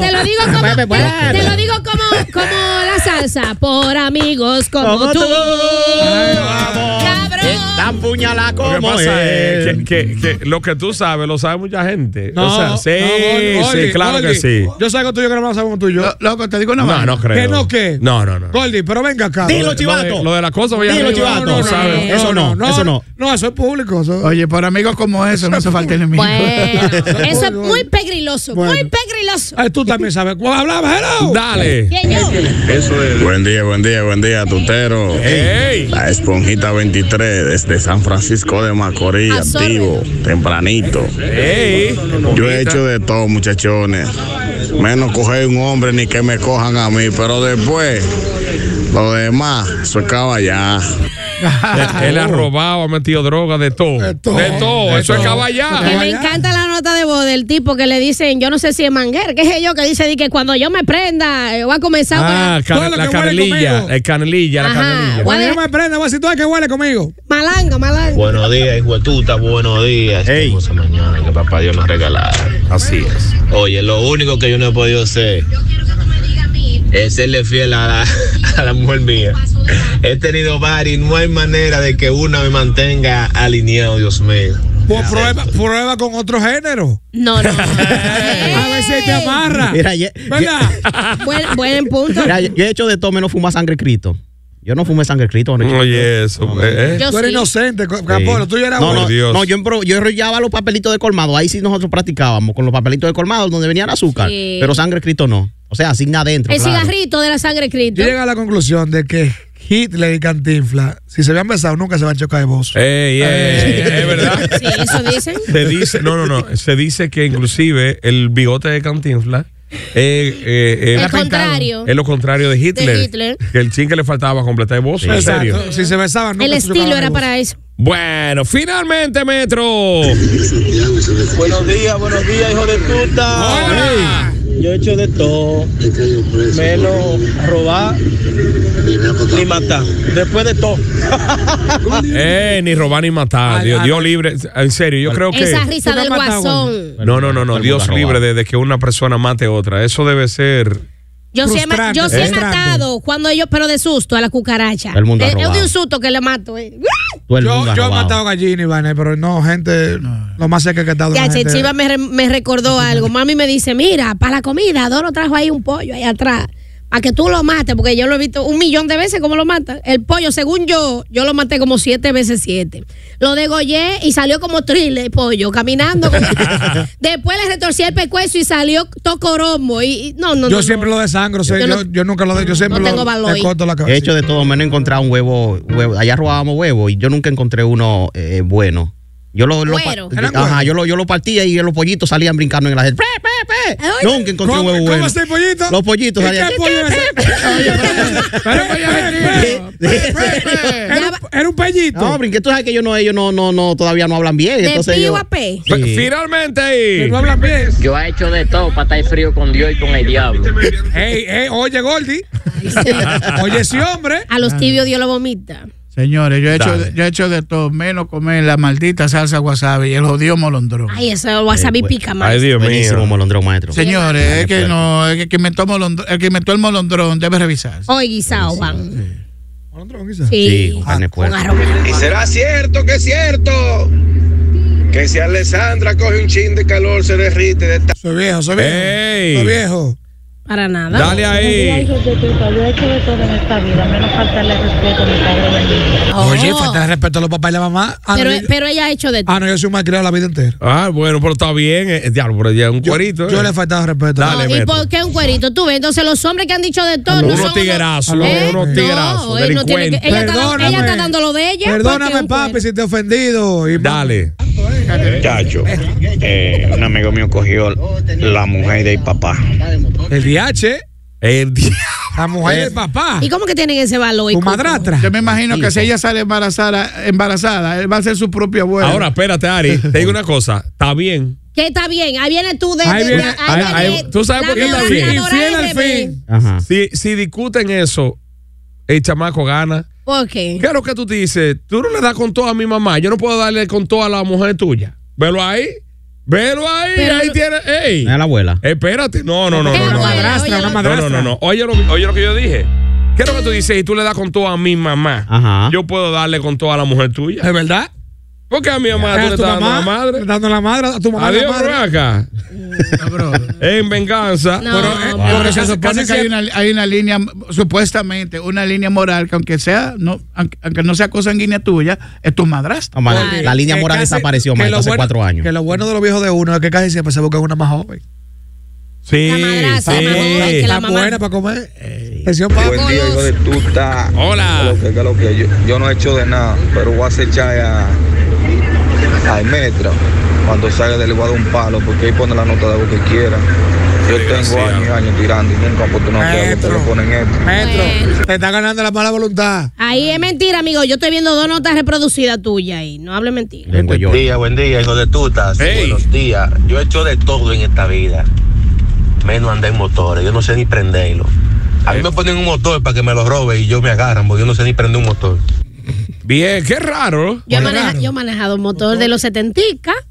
Te lo digo como,
Bueno, bueno.
te lo digo como, como la salsa, por amigos como,
Como
tú.
tú. Tan puñalada
Lo que
como
pasa es
él.
que, que- que lo que tú sabes lo sabe mucha gente.
No,
o sea, sí,
no, Gordy,
sí, claro
Gordy.
que sí.
Yo salgo tuyo que no lo sabes como tú y yo.
Loco, te digo una
No,
vaina.
no creo.
¿Que no qué?
No, no, no.
Gordy, pero venga acá.
Dilo, Lo de- chivato. lo de- lo de la cosa voy a Dilo, arriba. chivato. No, no, no, no. Eso no, eso no.
No, eso es público. eso-
Oye, para amigos como eso, no hace falta enemigo.
Bueno, eso es muy pegriloso, muy pegriloso.
Ay, tú también sabes. ¿Cómo hablabas, hello?
Dale. ¿Quién yo?
Eso es.
Buen día, buen día, buen día, tutero. La esponjita 23 desde San Francisco de Macorís,
A su
activo, tempranito. Yo he hecho de todo, muchachones. Menos coger un hombre ni que me cojan a mí, pero después, lo demás, soy caballá.
Él- Él ha robado, ha metido droga de todo. De todo.
De
Eso es
todo.
caballá.
Que me encanta la nota de voz del tipo que le dicen, yo no sé si es manguer, qué sé yo, que dice di que cuando yo me prenda, eh, voy a comenzar
Ah,
con
can- la canelilla. La canelilla, la
Ajá.
canelilla.
Bueno, yo
me prenda, voy a decir tú que huele conmigo.
Malanga, malanga.
Buenos días, hijuetuta, buenos días. Estamos esa mañana que papá Dios nos regalara. Así es. Oye, lo único que yo no he podido hacer es serle fiel a la, a la mujer mía. He tenido varias y no hay manera de que una me mantenga alineado, Dios mío.
Pues prueba, prueba con otro género.
No, no.
A ver si te amarra.
Mira, ye-
Venga.
Buen, buen punto.
Mira, yo, yo he hecho de todo menos fumar sangre Cristo. Yo no fumé sangre Cristo. cuando era chiquito.
Oye, eso. eh, eh.
Yo
Tú eres
sí.
inocente, co-
Sí.
Capolo. Tú ya eras
no,
bueno.
no, no, yo, embro- yo enrollaba los papelitos de colmado. Ahí sí nosotros practicábamos con los papelitos de colmado donde venía el azúcar.
Sí.
Pero sangre Cristo no. O sea, sin adentro.
El
claro.
cigarrito de la sangre Cristo.
Yo llegué a la conclusión de que Hitler y Cantinfla, si se habían besado, nunca se van a chocar de vos.
Ey, ey, es verdad.
Sí, eso dicen.
Se dice, no, no, no. Se dice que inclusive el bigote de eh, Cantinfla es
El contrario.
Es lo contrario de Hitler.
De Hitler.
Que el chin que le faltaba completar voz. En serio.
Si se besaban, nunca
El
se chocaban
estilo
de
era
voz.
para eso.
Bueno, finalmente, Metro.
Buenos días, buenos días, hijo de puta. Yo he hecho de todo. Menos robar ni matar. Después de todo.
Eh, ni robar ni matar. Dios, Dios libre. En serio, yo creo que.
Esa risa del guasón.
No, no, no, no.
pues,
Dios libre de, de que una persona mate a otra. Eso debe ser.
Yo sí, he, ma- yo sí he
Frustrante.
matado cuando ellos, pero de susto a la cucaracha.
Todo el mundo ha
es, es de
robado.
un susto que le mato. eh.
Yo, yo he matado gallinas, Iván, pero no, gente, lo más cerca que he estado.
Ya,
una gente-
Chiva me, re- me recordó algo. Mami me dice, mira, para la comida, Doro trajo ahí un pollo ahí atrás. Para que tú lo mates, porque yo lo he visto un millón de veces cómo lo matan. El pollo, según yo, yo lo maté como siete veces siete. Lo degollé y salió como trile el pollo, caminando. como- Después le retorcí el pescuezo y salió tocorombo. Y, y- no, no,
yo
no,
siempre
no.
lo desangro, sé,
Yo
yo,
no-
yo nunca lo de, yo siempre
no
lo
tengo valor.
le corto la cabeza.
He hecho de todo menos encontrar un huevo, huevo. Allá robábamos huevo y yo nunca encontré uno eh, bueno. Yo lo, lo
Güero.
par-
¿Eran
ajá, yo lo, yo lo partía y los pollitos salían brincando en la gente. Nunca encontré un
¿Cómo-
huevo
cómo
bueno.
está el pollito?
Los pollitos
¿Y
salían.
qué pollo es ese?
Era,
un pellito.
No, brinqué, tú sabes que ellos no, ellos no, no, no, todavía no hablan bien.
De
entonces
pío
yo-
a pe.
Pues
Sí.
Finalmente ahí.
Yo he hecho de todo para estar frío con Dios y con el diablo.
Eh, Ey, ey, oye, Gordy. Oye, ese hombre.
A los tibios Dios lo vomita.
Sí,
Señores, yo he, hecho,
Dale.
yo he hecho de todo, menos comer la maldita salsa wasabi y el jodido molondrón.
Ay, eso wasabi pica más.
Buenísimo molondrón, maestro.
Señores,
Ay,
es que
espérate.
no, es que el que inventó, molondr- el que inventó el molondrón debe revisarse.
Hoy guisado van.
Sí,
Sí.
con carne de puerco.
¿Y será cierto que es cierto? Que si Alessandra coge un chin de calor se derrite de esta.
Soy viejo, soy viejo.
Ey.
Soy viejo.
Para nada.
Dale ahí.
Yo he hecho de todo en esta vida, menos faltarle respeto a mi padre bendito.
Oye, falta el respeto a los papás y la mamá.
Oh.
Ah,
Pero,
no, yo-
pero ella ha hecho de todo.
ah, no, yo soy un malcriado la vida entera.
Ah, bueno, pero está bien. eh, diablo, pero ya es un cuerito. eh.
Yo le he faltado respeto.
Dale,
¿Y
Beto.
por qué un cuerito? Tú ves, entonces los hombres que han dicho de todo no
Unos
son
tiguerazos,
¿Eh?
unos tiguerazos,
No, él no tiene que- ella, está, dando- ella está dando lo de ella.
Perdóname, papi, si te he ofendido. Y
Dale.
Chacho, eh, un amigo mío cogió la mujer del papá.
El DH.
El diablo.
La
Eh,
mujer
Eh,
del papá.
¿Y cómo que tienen ese valor? Tu madrastra.
Yo me imagino que si ella sale embarazada, embarazada, él va a ser su propio abuelo.
Ahora, espérate, Ari. Te digo una cosa. Está bien.
Que está bien, ahí vienes tú de.
Ahí
de-
viene-
de-
ahí- ahí- tú sabes
la
por qué está
adoradora
bien.
de
Infiel al
bebé.
fin. Si, si discuten eso, el chamaco gana.
¿Por qué?
¿Qué es lo que tú dices? Tú no le das con todo a mi mamá. Yo no puedo darle con todo a la mujer tuya. Velo ahí. Velo ahí.
Pero-
ahí tiene. ¡Ey!
Es la abuela.
Espérate. No, no, no.
¿Qué
no, no.
abuela? Madrastra, Oye, una lo- madrastra.
No, no, no. no. Oye, lo, oye lo que yo dije. ¿Qué es lo que tú dices? Y tú le das con todo a mi mamá. Yo puedo darle con todo a la mujer tuya.
¿Es verdad?
Porque a mi mamá
Ah,
tú le
tu
estás dando la
mamá,
madre.
Dando la madre a tu mamá.
Adiós,
la madre.
por acá. En venganza.
Pero, eh, pero se supone que hay una, hay una línea, supuestamente, una línea moral que aunque sea, no, aunque, aunque no sea cosa sanguínea tuya, es tu madrastra.
No, madre, La línea
Que
moral
casi-
desapareció,
que
maestro,
lo
hace
bueno-
cuatro años.
Que lo bueno de los viejos de uno es que casi siempre se buscan una más joven.
Sí,
está
sí.
buena, está buena para comer. Presión para
Buen día, hijo de tuta.
Hola.
Que lo que, que lo que. Yo, yo no he hecho de nada, pero voy a acechar a, al metro. Cuando salga del guado un palo, porque ahí pone la nota de algo que quiera. Yo tengo años y años tirando y nunca han puesto una que te lo ponen esto.
Metro, te está ganando la mala voluntad.
Ahí es mentira, amigo. Yo estoy viendo dos notas reproducidas tuyas ahí. No hable mentira.
Buen Este día, buen día, hijo de tutas. Buenos días. Yo he hecho de todo en esta vida. Menos andar en motores. Yo no sé ni prenderlo. A mí me ponen un motor para que me lo robe y yo me agarran, porque yo no sé ni prender un motor.
Bien, qué raro.
Yo, he maneja- yo he manejado un motor de los 70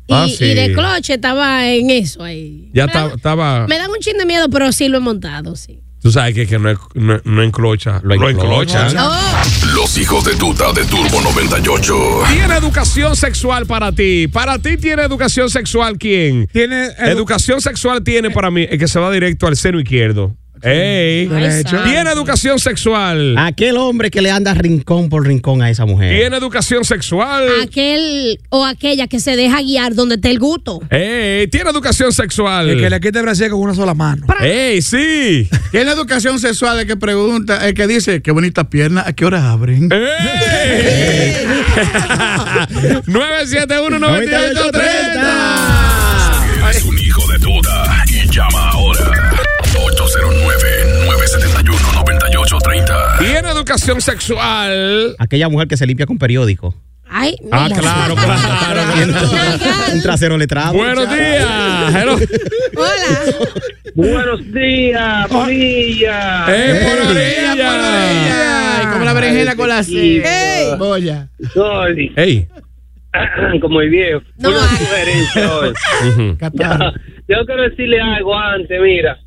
y,
Ah, sí.
y de cloche estaba en eso ahí.
Ya ta- estaba.
Me dan un chin de miedo, pero sí lo he montado, sí.
Tú sabes que, que no, es- no- no enclocha. Lo enclocha.
Oh. Los hijos de tuta de Turbo 98.
Tiene educación sexual para ti. Para ti tiene educación sexual quién?
Tiene
educación sexual tiene para mí el que se va directo al seno izquierdo. Ey.
Derecho.
Tiene educación sexual.
Aquel hombre que le anda rincón por rincón a esa mujer.
Tiene educación sexual.
Ah. Aquel o aquella que se deja guiar donde esté el gusto.
Ey, tiene educación sexual.
El que le quite el brasier con una sola mano.
¡Ey, sí!
Tiene educación sexual el que pregunta, el que dice, qué bonitas piernas, ¿a qué horas abren?
971 9830
Eres un hijo de tuta y llama ahora. 809-971-9830.
Tiene educación sexual.
Aquella mujer que se limpia con periódico.
Ay,
Ah, claro,
Un trasero letrado.
Buenos días. Hello.
Buenos días, Bonilla.
Ah. Eh, por
Ay, como la berenjena con la
Sí,
cebolla.
Sorry.
Ey.
Como el viejo. Una sugerencia hoy.
Catarro.
Yo quiero decirle algo antes, mira.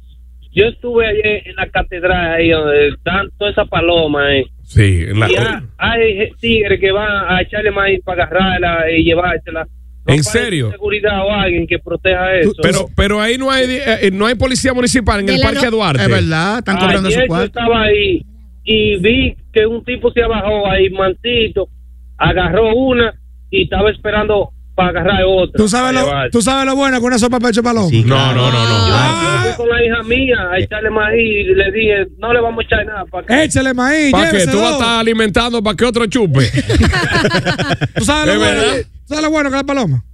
Yo estuve ayer en la catedral ahí donde están todas esas palomas ahí.
Sí, en la-
eh. Y ha- hay tigres que van a echarle maíz para agarrarla y llevársela.
¿En serio?
Seguridad o alguien que proteja eso.
Pero, pero ahí no hay, eh, eh, no hay policía municipal en el Parque Duarte.
Ayer yo Ah, estaba ahí y vi que un tipo se abajó ahí, mantito, agarró una y estaba esperando para agarrar otra.
¿Tú sabes, lo, ¿Tú sabes lo bueno con una sopa de pecho paloma?
no, no, no, no.
Yo fui con la hija mía a echarle maíz y le dije, no le vamos a echar nada. Para que...
Échale maíz,
¿Para qué?
llévese
Tú vas a
dos.
estar alimentando para que otro chupe.
¿Tú sabes
¿Es
lo bueno?
verdad?
¿Tú sabes lo bueno con la paloma?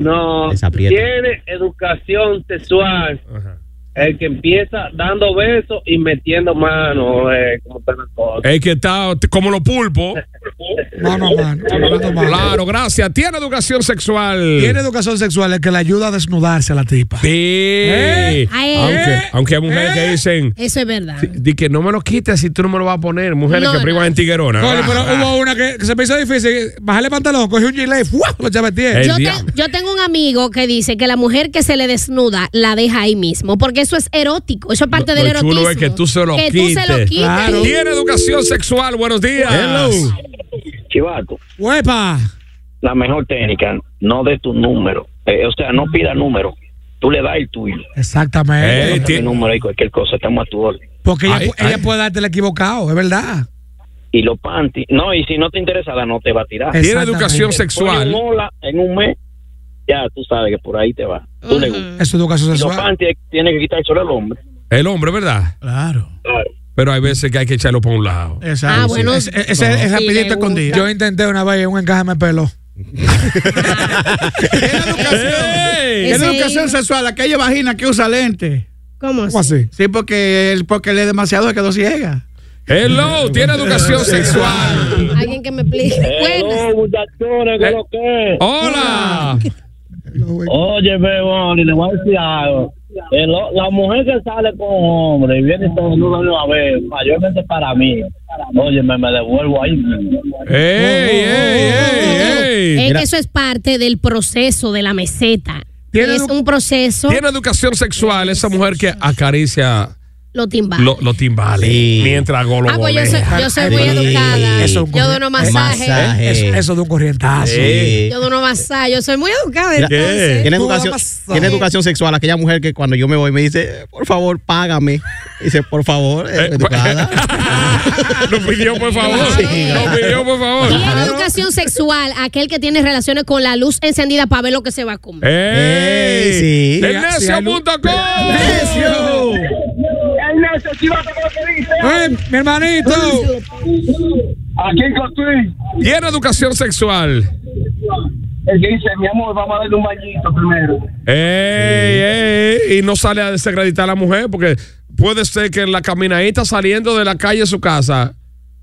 No,
aprieta.
tiene educación sexual. El que empieza dando besos y metiendo manos, eh, como tal cosa.
Es que está como los pulpos.
Mano a mano. mano a mano.
Claro, gracias. Tiene educación sexual.
Tiene educación sexual el que le ayuda a desnudarse a la tipa.
Sí.
Ay,
Aunque,
eh,
aunque hay mujeres que dicen,
Eso es verdad.
di que no me lo quites si tú no me lo vas a poner. Mujeres
No,
que
no.
privan en tiguerona.
Coño,
Ah,
pero
ah.
hubo una que, que se me hizo difícil. Bajarle el pantalón, cogí un gilet, ¡fua! Lo chapeteé.
Yo, te- yo tengo un amigo que dice que la mujer que se le desnuda la deja ahí mismo, porque eso es erótico, eso es parte del
Lo
erotismo.
chulo es que tú se lo
Que tú
quites.
se lo quites.
Claro. Tiene educación sexual. Buenos días.
Hello. Chivato,
¡Huepa!
la mejor técnica, no de tu número. Eh, o sea, no pida número. Tú le das el tuyo.
Eh,
Exactamente.
No tiene número y cualquier cosa, estamos a tu orden.
Eh, Porque ella, pu- ella puede darte el equivocado, es verdad.
Y los panties. No, y si no te interesa, la no te va a tirar.
Tiene Exactamente. educación
Pone
sexual.
un hola en un mes, ya tú sabes que por ahí te va. Tú le gustas.
Eso es educación
Y los
sexual.
panties tiene que quitar solo el hombre.
El hombre, ¿verdad?
Claro.
Pero hay veces que hay que echarlo para un lado.
Exacto.
Ah, bueno.
Ese ese- ese es
Sí,
le
rapidito
gusta.
escondido.
Yo intenté una vez y un encaje me peló.
Es
Ese-
educación sexual, aquella vagina que usa lente.
¿Cómo así?
Sí, porque él, porque le demasiado quedó ciega.
Hello, tiene educación sexual.
Alguien que me explique. Buenas.
Eh, Hola.
Oye, Beboni, le voy a decir algo. El ho- la mujer que sale con hombre y viene y se desnuda de una vez, mayormente para mí. Oye, me, me devuelvo ahí. mismo.
Es
Mira.
que eso es parte del proceso de la meseta.
Tiene
Es
edu-
un proceso,
Tiene educación sexual esa mujer que acaricia
lo timbales.
lo- los timbales mientras hago lo
Ah, pues yo soy,
golea.
yo soy muy educada.
Eso es un
yo doy unos masajes.
Eso, eso de un corrientazo.
Sí.
Yo doy unos masajes. Yo soy muy educada.
Mira,
Entonces.
Tiene educación, tiene educación sexual. Aquella mujer que cuando yo me voy me dice, por favor, págame. Dice, por favor, eh, educada.
Lo pidió, por favor. Lo pidió, por favor.
Tiene educación sexual aquel que tiene relaciones con la luz encendida para ver lo que se va a comer.
¡Ey!
Sí.
¡Necio!
¡Ey, mi hermanito!
Aquí estoy.
Tiene educación sexual.
El que dice, mi amor, vamos a darle un bañito primero.
Ey, ey, y no sale a desacreditar a la mujer porque puede ser que la caminadita saliendo de la calle de su casa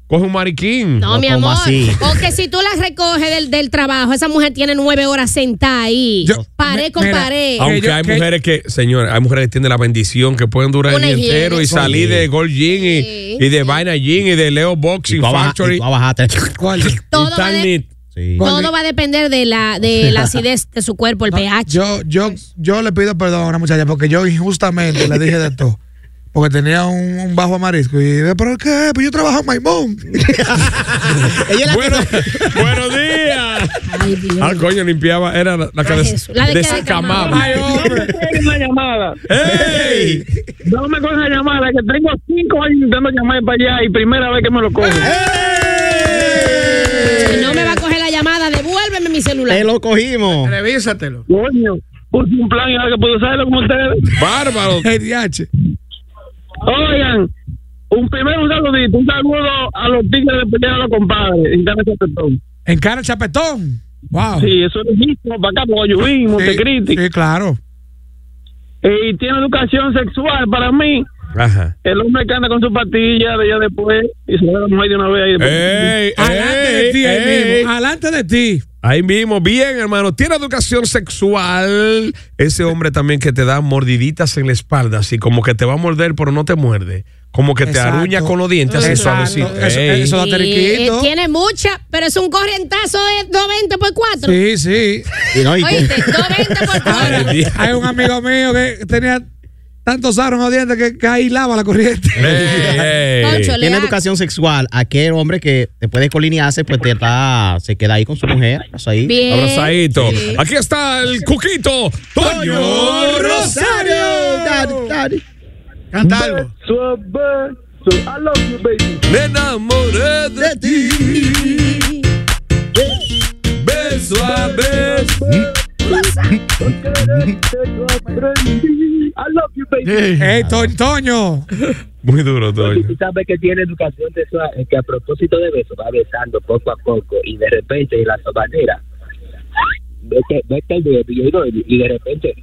coge un mariquín.
No, mi amor. Porque si tú las recoges del, del trabajo, esa mujer tiene nueve horas sentada ahí. pared con
Mira,
pared.
Aunque hay mujeres que, señor, hay mujeres que tienen la bendición que pueden durar el
Una
día
higiene.
entero y
Sí.
salir de Gold Jean y, y de Vaina Jean y de Leo Boxing Factory.
Todo
Y
va
tan
de-
neat.
Todo va a depender de la, de la acidez de su cuerpo, el pH.
Yo, yo, yo le pido perdón a una muchacha porque yo injustamente le dije de todo. Porque tenía un, un bajo amarisco. Y dije, ¿pero qué? Pues yo trabajo en Maimón.
Bueno, buenos días. Ah, coño, limpiaba. Era la, la que des-
La de que
desacamaba.
desacamaba. una llamada.
¡Ey!
No me cojan llamada, que tengo cinco años intentando llamar para allá y primera vez que me lo cojo.
Ah,
Si no me
eh.
va a coger la llamada, devuélveme mi celular.
Te lo cogimos.
Revísatelo.
Coño, puse un plan y ahora que puedo usarlo como ustedes.
Bárbaro.
Oigan, un primero un saludito, un saludo a los tigres de pelea a los compadres, en Cana Chapetón.
En cara chapetón. Wow.
Sí, eso es mismo, para acá, por Oyuín, Montecristi. Eh,
Sí, claro.
Y tiene educación sexual para mí.
Ajá.
El hombre que anda con su patilla de ya después y se va a la mujer de una vez ahí después.
Ey,
Adelante
ey,
de ti, ahí
ey.
mismo.
Adelante de ti.
Ahí mismo, bien, hermano. Tiene educación sexual. Ese hombre también que te da mordiditas en la espalda, así como que te va a morder, pero no te muerde. Como que
Exacto.
te aruña con los dientes, así
Exacto.
suavecito.
Eso-
Ey.
eso da
Sí, eh, tiene mucha, pero es un corrientazo de 90 por 4.
Sí, sí.
Oíste, 90 por 4.
Hay un amigo mío que tenía tantos aros en los dientes que, que ahí lava la corriente.
eh,
Concho, le
Tiene
da-
educación sexual. Aquel hombre que después de colinearse, pues te da- se queda ahí con su mujer. Eso ahí.
Bien.
Abrazadito. Aquí está el cuquito, Toño Rosario.
Daddy, daddy.
Canta algo.
I love you, baby.
Me enamoré de ti. Beso a beso.
I love you, baby.
¡Ey, To- Toño!
Muy duro, Toño.
Tú sabes que tiene educación de eso, eh, que a propósito de beso va besando poco a poco y de repente en la sobanera vete, vete el dedo y, el dedo, y de repente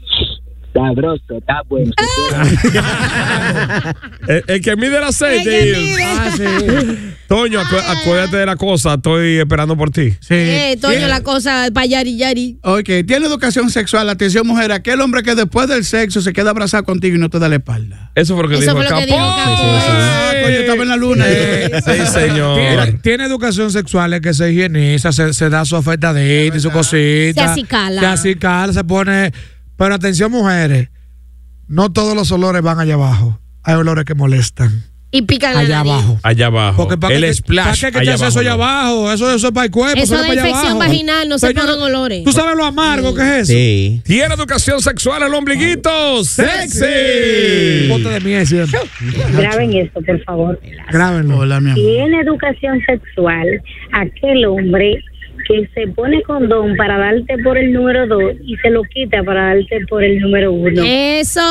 Sabroso, está bueno.
Ah.
El, el que mide el aceite.
El que mide.
Ah, sí. Toño, acu- acuérdate de la cosa. Estoy esperando por ti.
Eh, Toño, la cosa para Yari Yari.
Ok, tiene educación sexual. Atención, mujer, aquel hombre que después del sexo se queda abrazado contigo y no te da la espalda.
Eso fue lo que
Eso
dijo
fue lo que dijo Capo. Ah, coño, estaba en la luna.
Sí, señor.
Tiene, tiene educación sexual es que se higieniza, se, se da su afeitadita y su cosita.
Se acicala.
Se acicala, se pone. Pero atención, mujeres. No todos los olores van allá abajo. Hay olores que molestan.
Y pica la
Allá
nariz.
abajo.
Allá abajo.
Porque para
el
que,
splash.
¿Para qué que
allá
te hace eso
abajo,
allá
no.
abajo? Eso, eso es para el cuerpo.
Eso
no
de
para pues allá
infección
abajo. Pues
vaginal, no se
Señores,
ponen olores.
¿Tú sabes lo amargo que es eso?
Sí.
Tiene educación sexual el ombliguito. Sexy.
Ponte de miel siempre.
Graben esto, por favor.
Grábenlo.
Ah,
Hola, mi
Tiene educación sexual aquel hombre que se pone condón para darte por el número dos y se lo quita para darte por el número uno.
Eso.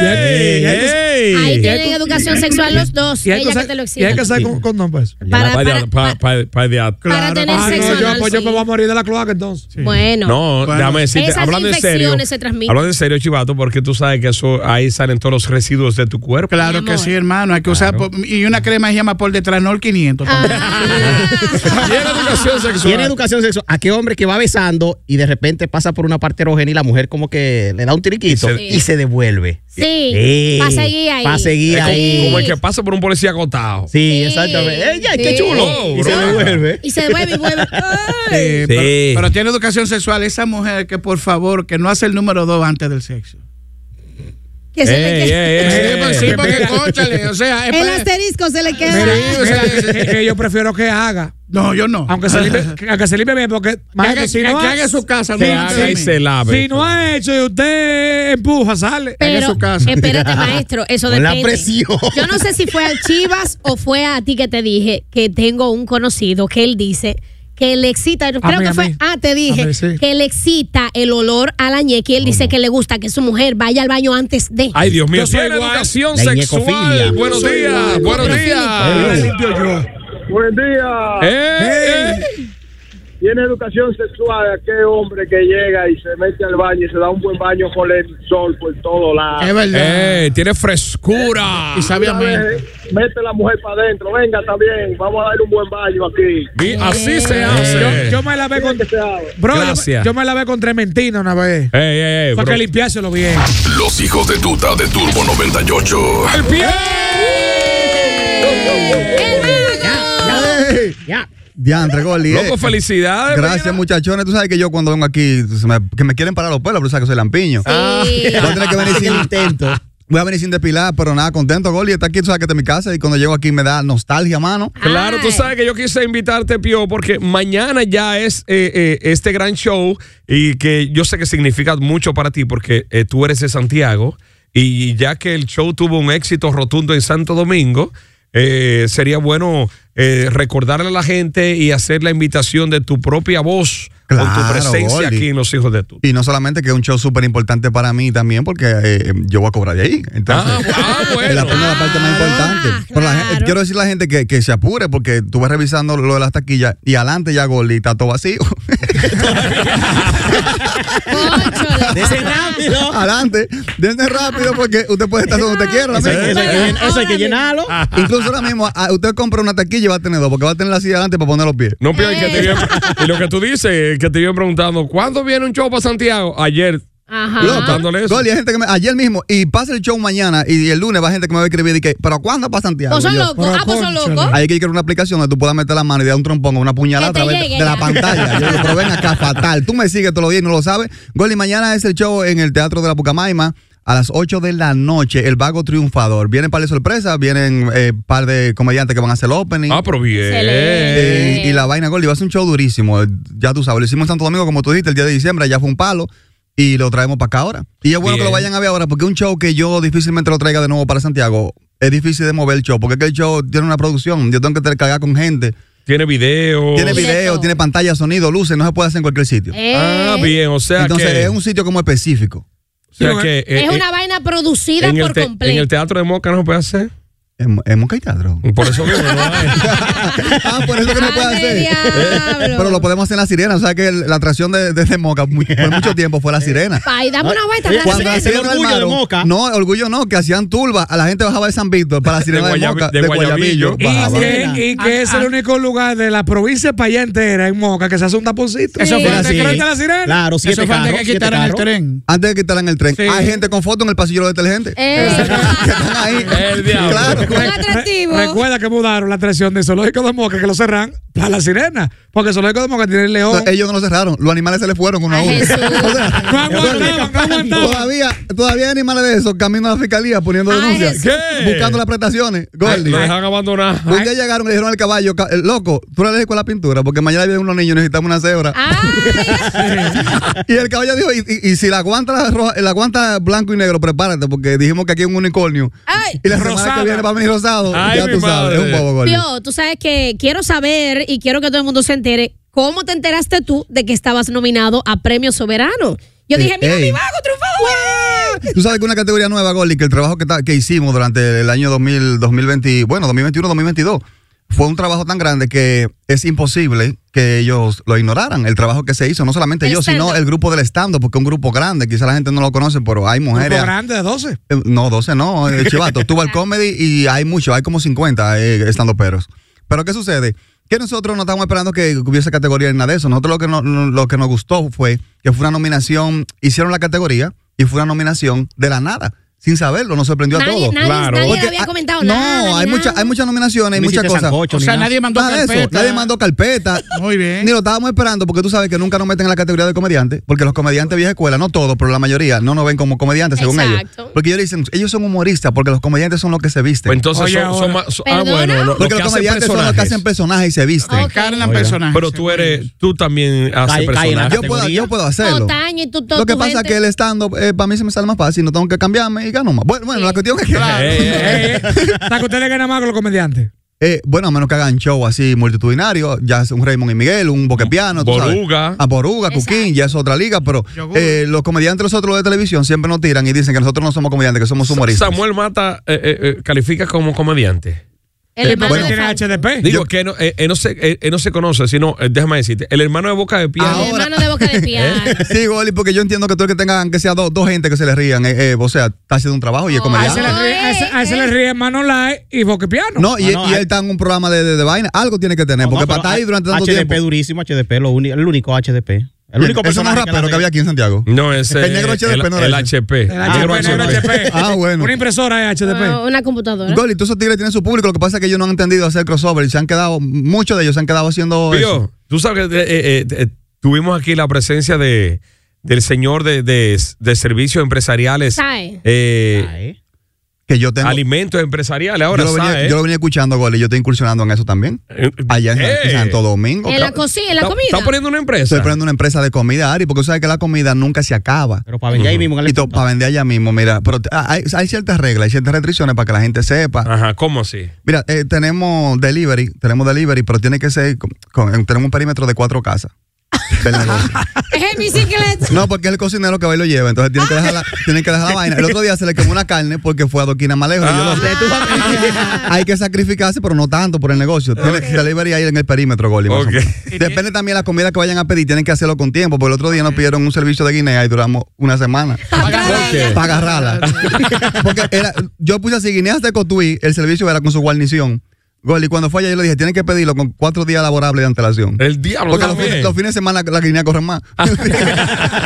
¡Ey! ¡Ey!
Ahí tienen educación sexual los dos.
Y hay
Ella
que
que te lo
sa- y hay
exige.
que sacar con condón para eso.
Para-
Pa' de- pa- pa- pa' de-
Para tener
Ah,
sexo
no, yo,
anal,
pues yo
sí.
me voy a morir de la cloaca entonces.
Bueno.
No, déjame decirte,
Esas
hablando en serio,
infecciones se transmiten.
hablando en serio, Chivato, porque tú sabes que eso ahí salen todos los residuos de tu cuerpo.
Claro que sí, hermano. Hay que usar. por- y una crema se llama por detranol 500. Ah.
Tiene educación sexual.
Ah, Tiene educación sexual. Aquel hombre que va besando y de repente pasa por una parte erógena y la mujer como que le da un tiriquito y
se-
se, devuelve.
Sí.
Sí.
Para seguir ahí.
Pa' seguir
Es como-
ahí.
Como el que pasa por un policía agotado.
Sí, exactamente. ¡Ey, ya, qué
Sí.
chulo! y se
bro.
devuelve.
Y se devuelve y vuelve.
Eh,
Sí.
Pero, pero tiene educación sexual esa mujer que, por favor, que no hace el número dos antes del sexo.
Que se le
Ey,
quede-
ey, ey, ey.
Sí, porque, cónchale, o sea, es
El
para-
asterisco se le queda.
Sí, o sea, es-
Es que yo prefiero que haga.
no, yo no.
Aunque se limpie, que- aunque se limpie bien, porque maestro,
haga-
si
que
no ha-
haga su casa,
si-
no
Se
haga
si-
haga y se lave.
si no ha hecho y usted empuja, sale.
en
Pero,
su casa.
espérate, maestro, eso
Con la
depende.
presión.
Yo no sé si fue al Chivas o fue a ti que te dije que tengo un conocido que él dice que le excita, creo
mí,
que
a
fue,
mí.
ah, te dije,
A mí, sí.
que le excita el olor a la ñeca y él dice que le gusta que su mujer vaya al baño antes de.
Ay, Dios mío,
Yo soy
tiene
igual.
educación
La
sexual.
ñecofilia.
Buenos
Soy
días,
igual.
Ah, buenos
Me
días.
limpio yo.
Buen día.
¡Eh!
Tiene educación sexual aquel hombre que llega y se mete al baño y se da un buen baño con el sol por todo lado.
Es verdad.
¡Eh! Tiene frescura.
y sabe a mí.
Mete- eh, Mete la mujer para adentro. Venga también. Vamos a dar un buen baño aquí.
Vi- Así
Eh.
se
Yo,
hace.
Eh, yo me lavé con.
Que se haga.
Bro, yo, me-
Gracias.
yo me lavé con trementina una vez.
¡Ey, ey, ey!
para
bro.
que limpiáselo bien.
Los hijos de tuta de Turbo 98.
¡El pie!
Eh,
Ya.
Diantre, Goli. eh.
Loco, felicidades.
Gracias,
Medina.
muchachones. Tú sabes que yo cuando vengo aquí, se me- que me quieren parar los pelos, pero tú sabes que soy lampiño.
Sí.
Voy a tener que venir sin
Intento.
Voy a venir sin depilar, pero nada, contento, Goli. Está aquí, tú sabes que está en mi casa y cuando llego aquí me da nostalgia, mano.
Ah.
Claro, tú
Ay.
sabes que yo quise invitarte, Pio, porque mañana ya es eh, eh, este gran show y que yo sé que significa mucho para ti porque eh, tú eres de Santiago y ya que el show tuvo un éxito rotundo en Santo Domingo, eh, sería bueno eh, recordarle a la gente y hacer la invitación de tu propia voz con tu
Claro,
presencia
Goldie.
aquí en Los Hijos de Tuta.
Y no solamente que es un show súper importante para mí también, porque eh, yo voy a cobrar de ahí. Entonces,
Ah, ah, bueno.
la pongo la parte más importante.
Ah,
Pero la gen-
claro.
quiero decir a la gente que, que se apure, porque tú vas revisando lo de las taquillas y adelante ya Goli está todo vacío.
Cónchale.
De ese rápido.
adelante, dense rápido porque usted puede estar donde usted quiera.
Eso hay, que- eso hay que, llen- eso hay que llenarlo.
Incluso ahora mismo, ah, usted compra una taquilla y va a tener dos, porque va a tener la silla adelante para poner los pies.
No pierdas que te vienen- y lo que tú dices, que te vienen preguntando, ¿cuándo viene un show para Santiago? Ayer.
Ajá.
Loco, dándole eso.
Goli, hay gente que me, ayer mismo, y pasa el show mañana, y el lunes va gente que me va a escribir y que, ¿pero cuándo pasa Santiago?
Pues son
Y yo,
locos. Ah, pues son locos.
Hay que crear una aplicación donde tú puedas meter la mano y dar un trompón o una puñalada a
Que te
través de,
llegue
de la
ya.
pantalla. Yo digo, pero ven acá, fatal. Tú me sigues todos los días y no lo sabes. Goli, mañana es el show en el Teatro de la Pucamaima. A las 8 de la noche, el vago triunfador. Vienen par de sorpresas, vienen eh, par de comediantes que van a hacer el opening.
Ah, pero bien.
Excelente.
Eh, y la vaina Goli va a ser un show durísimo. eh, Ya tú sabes, lo hicimos en Santo Domingo, como tú dijiste, el día de diciembre, ya fue un palo. Y lo traemos para acá ahora. Y es bueno que lo
Bien.
vayan a ver ahora, porque un show que yo difícilmente lo traiga de nuevo para Santiago. Es difícil de mover el show, porque es que el show tiene una producción. Yo tengo que cargar con gente.
Tiene video.
Tiene
Tiene
video,
todo.
tiene pantalla, sonido, luces, no se puede hacer en cualquier sitio.
Eh,
Ah, bien, o sea
Entonces
que.
es un sitio como específico.
o sea que, eh,
es
eh,
una vaina producida
en el
por
te- En el
completo.
teatro de Moca no se puede hacer.
En, en Moca hay teatro.
Por eso mismo no hay.
ah, por eso que no puede hacer.
diablo.
Pero lo podemos hacer en la sirena. O sea que el- la atracción de, de- de Moca mu- por mucho tiempo fue la sirena.
Ay, dame una vuelta. claro.
Oye, eh, Cuando la sirena del Maro- No, orgullo no, que hacían turba. A la gente bajaba de San Víctor para la sirena de,
Guayabi-
Moca.
de
Guayabillo.
Guayabillo. Y
Bajaba.
Que- y que es el único lugar de la provincia para allá entera, en Moca, que se hace un taponcito.
Sí.
¿Te crees de la sirena?
Claro, siete
Eso fue antes
carros,
que
siete
quitaran el
carros.
tren.
Antes de que quitaran el tren.
Sí.
Hay gente con fotos en el pasillo de inteligente.
Eh. El diablo.
pues.
Recuerda que mudaron la atracción del zoológico de Moca, que lo cerran, para la sirena. Porque el zoológico de Moca tiene el león.
Ellos no lo cerraron. Los animales se les fueron uno a uno. O sea, Todavía, todavía hay animales de esos camino a la fiscalía poniendo
Ay,
denuncias.
Jesús. ¿Qué?
Buscando las prestaciones.
Ay,
Gordy.
Lo dejan abandonar.
Un día Pues llegaron y le dijeron al caballo, "Ca- eh, loco, tú eres alérgico a la pintura, porque mañana vienen unos niños y necesitamos una cebra. y el caballo dijo, y, y- y si la aguanta, la roja- la aguanta blanco y negro, prepárate, porque dijimos que aquí hay un unicornio. Y la semana que viene va a venir rosado.
Ay,
ya
mi
tú sabes, es un
madre.
bobo, Gordy.
Pío, tú sabes que quiero saber y quiero que todo el mundo se entere cómo te enteraste tú de que estabas nominado a Premio Soberano. Yo
Eh,
dije, mira
ey.
mi vago triunfador.
Tú sabes que una categoría nueva, Goli, que el trabajo que, ta- que hicimos durante el año 2000, 2020, bueno, 2021, 2022, fue un trabajo tan grande que es imposible que ellos lo ignoraran. El trabajo que se hizo, no solamente
El
yo, sino
stand-up.
el grupo del stand porque es un grupo grande, quizá la gente no lo conoce, pero hay
Un
mujeres.
grande de 12.
Eh, No, 12 no, eh, chivato. Tuvo el comedy y hay mucho, hay como 50 estando peros. Pero ¿qué sucede? Que nosotros no estamos esperando que hubiese categoría ni nada de eso. Nosotros lo que, no- no- lo que nos gustó fue que fue una nominación, hicieron la categoría y fue una nominación de la nada. Sin saberlo, nos sorprendió a
Nadie-
todos.
nadie- Claro. nadie
Porque
había
hay-
comentado
no,
nada, ni
hay,
nada.
mucha- hay muchas nominaciones, hay
No
muchas
hiciste
cosas.
sancocho, O sea, ni nada. nadie mandó
Nada de eso,
carpeta.
nadie mandó carpeta. Muy bien. Ni lo estábamos esperando, porque tú sabes que nunca nos meten en la categoría de comediante, porque los comediantes vieja escuela, no todos, pero la mayoría, no nos ven como comediantes, según ellos.
Exacto.
Porque ellos dicen, ellos son humoristas, porque los comediantes son los que se visten.
Pues Entonces son, son más. son- ah, bueno, lo- los
porque
que
los
hacen
comediantes son los que
personajes.
hacen personajes y se visten.
Oiga, Pero tú eres, tú también haces personajes.
yo, puedo, yo puedo hacerlo.
Otaño y tú todo.
Lo que pasa es que el stand-up eh, para mí se me sale más fácil, no tengo que cambiarme y gano más. Bueno, bueno la cuestión es que.
Hasta que usted le gana más con los comediantes.
Eh, bueno, a menos que hagan show así multitudinario, ya es un Raymond y Miguel, un Boquepiano, tú sabes.
Boruga.
A Boruga, Cuquín, ya es otra liga, pero eh, los comediantes nosotros los de televisión siempre nos tiran y dicen que nosotros no somos comediantes, que somos humoristas.
Samuel Mata eh, eh, eh, califica como comediante.
El
Eh,
hermano
bueno.
de Fran.
HDP.
Digo que no, eh, eh, no se, eh, eh, no se conoce, sino, eh, déjame decirte, el hermano de Boca de Piano.
El hermano de Boca de
¿Eh?
Piano.
Sí, Goli, porque yo entiendo que tú el que tengan que sea dos, dos gente que se les rían, eh, eh, o sea, está haciendo un trabajo y es
A ese
comediante.
le ríe- a ese- a ese le ríe Manolai y Boquepiano.
No,
Ah,
y, y él está en un programa de, de- de vaina, algo tiene que tener, porque para
ah,
estar ahí durante tanto
HDP
tiempo.
durísimo, HDP, lo uni- el único HDP. El único
Eso no es
personaje
rapero que,
la-
había aquí en Santiago.
No, es eh,
El negro HDP,
el,
no era
el
ese.
HP. El
negro HP. Ah, bueno.
Una impresora es
Eh,
Ah,
HDP.
una computadora.
Goli, todos esos tigres tienen su público, lo que pasa es que ellos no han entendido hacer crossover y se han quedado, muchos de ellos se han quedado haciendo
Pío,
eso.
tú sabes que eh, eh, eh, tuvimos aquí la presencia de, del señor de, de- de servicios empresariales.
Sae.
que yo tengo.
Alimentos empresariales Eh, ahora,
yo, lo venía,
Sae.
yo lo venía escuchando, Goli, yo estoy incursionando en eso también. Allá en,
eh.
en Santo Domingo.
En la cocina, en la comida.
poniendo una empresa?
Estoy poniendo una empresa de comida, Ari, porque tú sabes que la comida nunca se acaba. Pero
para vender ahí mismo en el
Para vender allá mismo, mira. Pero te- ah, hay, hay ciertas reglas, hay ciertas restricciones para que la gente sepa.
Ajá, ¿cómo así?
Mira, eh, tenemos delivery, tenemos delivery, pero tiene que ser, con- con- tenemos un perímetro de cuatro casas. del negocio.
Es en bicicleta.
No, porque es el cocinero que va y lo lleva. Entonces tiene que dejar la, tiene que dejar la vaina. El otro día se le quemó una carne porque fue a Doquina Malejo. y yo lo- hay que sacrificarse, pero no tanto por el negocio. Tiene delivery ahí en el perímetro, Goli. más o menos. Depende también de la comida que vayan a pedir. Tienen que hacerlo con tiempo. Porque el otro día nos pidieron un servicio de Guinea y duramos una semana para agarrarla. porque era- yo puse así, Guinea de Cotuí, el servicio era con su guarnición. Goli, cuando fue allá, yo le dije, tienen que pedirlo con cuatro días laborables de antelación.
El diablo
Porque los
también. Ah.
fines, los fines de semana la guinea corre más.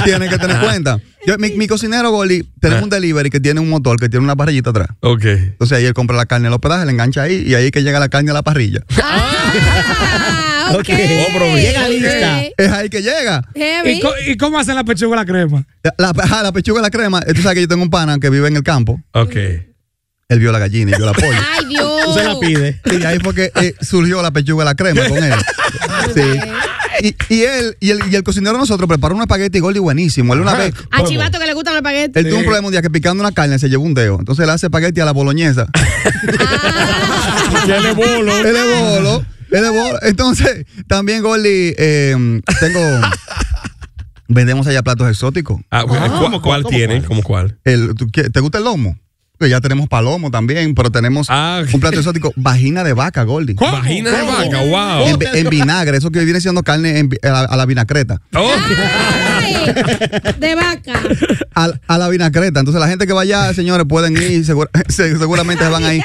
Tienen que tener cuenta. Yo- mi, mi cocinero, Goli, tenemos un delivery que tiene un motor, que tiene una parrillita atrás.
Ah. Ok.
Entonces ahí él compra la carne al hospedaje, la engancha ahí y ahí es que llega la carne a la parrilla.
Ah, ok.
Oh,
Oh, Llega
Ok.
lista. Es ahí que llega.
Heavy.
¿Y, co- y cómo hacen la pechuga a la crema?
La, ajá, la pechuga de la crema. eh, Tú sabes que yo tengo un pana que vive en el campo.
Ok.
Él vio la gallina y yo la polla.
Ay, Dios.
Tú se la pide. Y ahí fue que eh, surgió la pechuga de la crema con él. Sí. Y, y él y el, y el cocinero de nosotros preparó un espagueti Goli buenísimo. Él una vez.
A Chivato que le gustan los espaguetes.
Él tuvo un problema un día que picando una carne se llevó un dedo. Entonces él hace espagueti a la boloñesa.
él es bolo.
Él es bolo. Él es bolo. Entonces, también, Goli, eh, tengo. vendemos allá platos exóticos.
Ah, ¿cu- ¿Cuál, cuál tienen? ¿Cómo cuál?
El- ¿tú qué- ¿Te gusta el lomo? exóticos, ya tenemos palomo también, pero tenemos un plato exótico, vagina de vaca, Goldie.
Ah. ¿Cómo? Vagina de ¿Cómo? vaca, wow.
En, en vinagre, eso que viene siendo carne en vi- a, la, a la vinacreta.
De vaca.
Al- A, la vinacreta. Entonces la gente que vaya, señores, pueden ir, segura- se- seguramente se van ahí.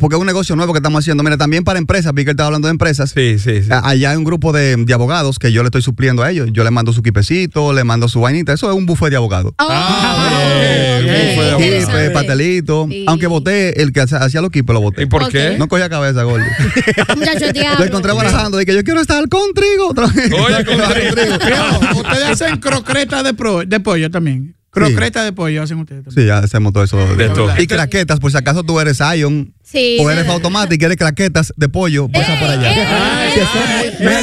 Porque es un negocio nuevo que estamos haciendo. Mira, también para empresas, Piqué estaba hablando de empresas.
Sí, sí, sí.
Allá hay un grupo de, de abogados que yo le estoy supliendo a ellos. Yo le mando su quipecito, le mando su vainita. Eso es un buffet de abogados.
Ah,
Sí, pues, pastelito. Aunque boté el que hace- hacía los quipes, lo boté. ¿Y
por qué?
No cogía cabeza, Gordy.
Muchacho,
Lo encontré barajando. Dije, yo quiero estar con trigo.
Oye, con trigo.
Ustedes hacen crocreta de, pro- de pollo también. Crocreta de pollo hacen ustedes.
Sí, ya hacemos todo eso.
todo.
Y craquetas, por si acaso tú eres Ion.
Sí.
O eres automático y quieres craquetas de pollo, pasa por allá. Que son
eh,
muy- muy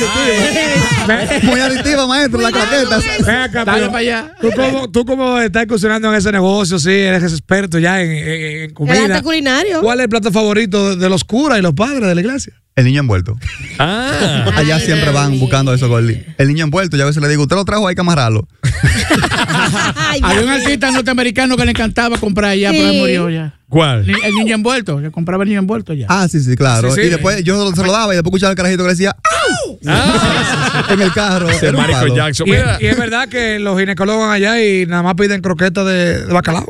adictivas. Muy adictivas, maestro, las craquetas.
Ven acá, pero Tú como, tú como estás incursionando en ese negocio, sí, eres experto ya en, en- en comida.
arte culinario.
¿Cuál es el plato favorito de, de los curas y los padres de la iglesia?
El niño envuelto.
Ah.
Allá siempre van buscando eso, Gordy. El niño envuelto, yo a veces le digo, usted lo trajo, hay que amarrarlo.
Había un artista norteamericano que le encantaba comprar allá, pero
Sí.
él murió ya.
¿Cuál?
El niño envuelto, que compraba el niño envuelto ya.
Ah, sí, sí, claro.
Sí, sí.
Y después yo se lo daba y después escuchaba el carajito que decía, ¡Au! Ah. En el carro.
Ese
Era un
Michael
palo.
Jackson.
Ah. Y,
Mira.
y es verdad que los ginecólogos van allá y nada más piden croquetas de, de bacalao.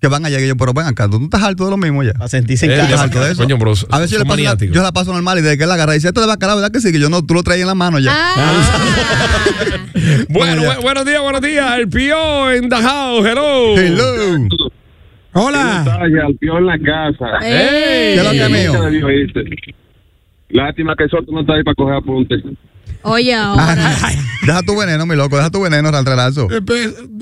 que van allá, que yo, pero ven acá, tú no estás harto de lo mismo ya. A
sentirse en
¿Estás
casa.
harto Eh, de eso?
Coño, pero
a veces yo, le paso
son
la,
maniáticos.
yo la paso normal y desde que él la agarra dice, esto de bacalao, ¿verdad que sí? Que yo no, tú lo traes en la mano ya.
Ah.
Bueno, bu- buenos días, buenos días. El Pío en the house. Hello.
Hello.
Hola.
Al peor en la casa.
¡Ey!
¿Qué
es lo que mío?
Lástima que Soto no está ahí para coger apuntes.
Oye,
Ah,
ahora.
Deja tu veneno, mi loco, deja tu veneno, Rantrerazo.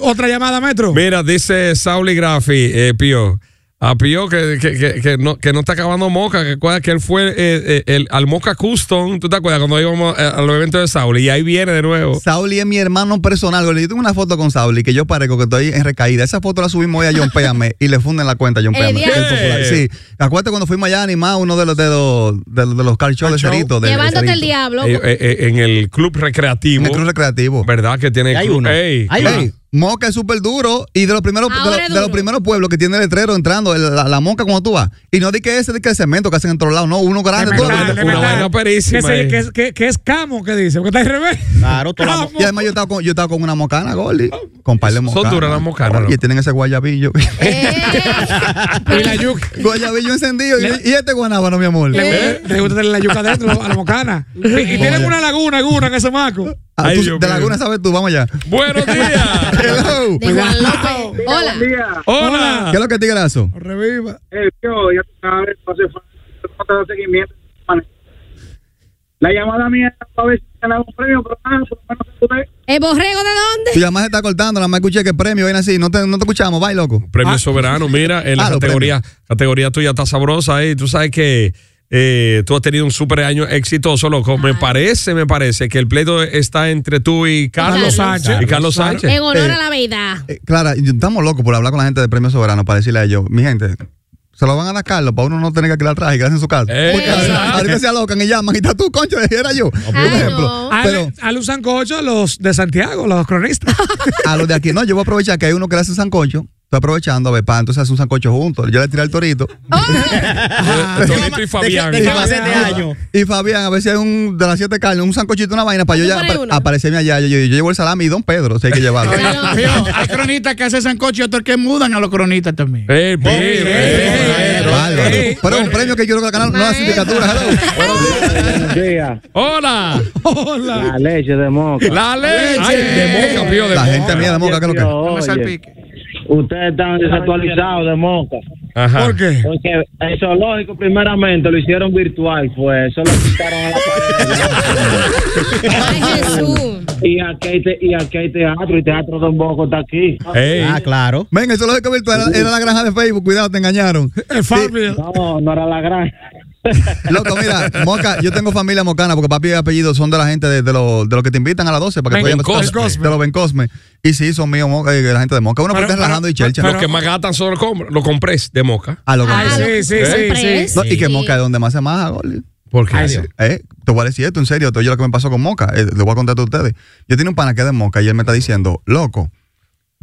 Otra llamada, maestro.
Mira, dice Sauli Graffi, eh, Pío. A Pío que, que, que, que no, que no está acabando moca, que, acuerdas que él fue eh, eh, el, al Moca Custom, ¿tú te acuerdas? Cuando íbamos eh, a los eventos de Sauli y ahí viene de nuevo.
Sauli es mi hermano personal. Gordy. Yo tengo una foto con Sauli que yo parezco que estoy en recaída. Esa foto la subimos hoy a John Péame y le funden la cuenta a John
Eh,
Péame.
diablo.
el popular. Sí. Acuérdate cuando fuimos allá a animar uno de los de los, de los, de los car show de Cerito. de- de
Llevándote el
Cerito.
diablo.
Eh, eh, eh, en el club recreativo. En el club
recreativo.
¿Verdad? Que tiene
Hay
club-
uno.
Ey,
Hay
claro.
uno. Moca es súper duro y de los primeros de,
Ahora
los-
es
de los
duro.
primeros pueblos que tiene letrero entrando, el- la, la moca cuando tú vas. Y no di que ese, di que el cemento que hacen en todos lados, no, uno grande. todo
Ah,
metal,
lo
de Una metal. vaina perísima Que se- ahí. que es-
camo que dice? Porque está al revés. Claro,
toda la
la
moca.
Y además yo estaba con, yo estaba con una mocana, Gordy. Con par de mocanas.
duras las mocanas,
Oye, tienen ese guayabillo.
y la yuca.
Guayabillo encendido. Y, y este guanábano, mi amor.
Le gusta- le gusta tener la yuca adentro a la mocana. Y, y tienen una laguna, alguna en ese maco.
Ah, tú- de Laguna sabes tú, vamos allá.
Buenos días.
Hello.
Hola.
Hola.
¿Qué es lo que tigrazo?
Reviva.
Eh, yo, ya sabes, no hace falta de seguimiento. La llamada mía era para ver si ganaba un premio, pero nada, por lo menos pude.
¿El borrego de dónde?
Tu llamada se está cortando, nada más escuché que premio, ven así. No te, no te escuchamos, bye, loco.
Premio Soberano, mira, en la
Ah, los
categoría, categoría tuya está sabrosa ahí. Tú sabes que eh, tú has tenido un super año exitoso, loco. Me parece, me parece que el pleito está entre tú y Carlos, Y Carlos Sánchez.
En honor a la verdad.
Eh, Clara, yo- estamos locos por hablar con la gente de Premio Soberano para decirle a ellos, mi gente, se lo van a dar Carlos para uno no tener que crear traje y quedarse en su casa. Porque ahorita ahorita se alocan y llaman y está tú, concho, era yo. Por ejemplo. Pero
Hazle hazle un sancocho a los de Santiago, los cronistas.
a los de aquí, no, yo voy a aprovechar que hay uno que le hace sancocho. Estoy aprovechando a ver pa, entonces hace un sancocho juntos. Yo le tiré al torito.
Ah.
Torito y Fabián.
Y Fabián, a ver si hay un de las siete carnes, un sancochito, una vaina para yo ya
pones
apare- aparecerme allá. Yo, yo- yo llevo el salami y Don Pedro, si hay que llevarlo.
Fío, hay cronistas que hacen sancocho y otros que mudan a los cronistas también.
Bárbaro. Pero es un premio que yo creo que ganar nueva sindicatura. hello.
Buenos días.
Hola. Hola.
La leche de moca.
La leche. Ay, de moca, pío, de
La
moca.
gente mía de moca, ¿qué es lo que? Oye, Ustedes están desactualizados de moca.
Ajá.
¿Por qué? Porque el zoológico primeramente lo hicieron virtual, fue. Eso lo quitaron a la pared.
Ay, Jesús.
Y aquí, hay te- y aquí hay teatro, y teatro de Moco está aquí.
Ah, claro. Ven, el zoológico virtual era, era la granja de Facebook. Cuidado, te engañaron.
No, no era la granja.
Loco, mira, Moca, yo tengo familia mocana porque papi y apellido son de la gente de, de los de los que te invitan a las 12 para que
Ben
tú vayas a-
Cosme.
De los Ben Cosme. Y sí, son míos, Moca, eh, la gente de Moca. Uno
Pero-
porque está relajando y chelcha.
Los que más gastan son los com- los comprés de moca.
Ah,
A Ah, lo que
Ay,
más-
sí, sí,
¿Eh?
sí, sí.
No, y que
Sí.
Moca es donde más se maja, Goli.
¿Por qué? Ay,
Sí.
Dios.
Eh, te voy a decir esto, en serio, te oye lo que me pasó con Moca. Eh, les voy a contar a ustedes. Yo tenía un pana que es de Moca y él me está diciendo, loco,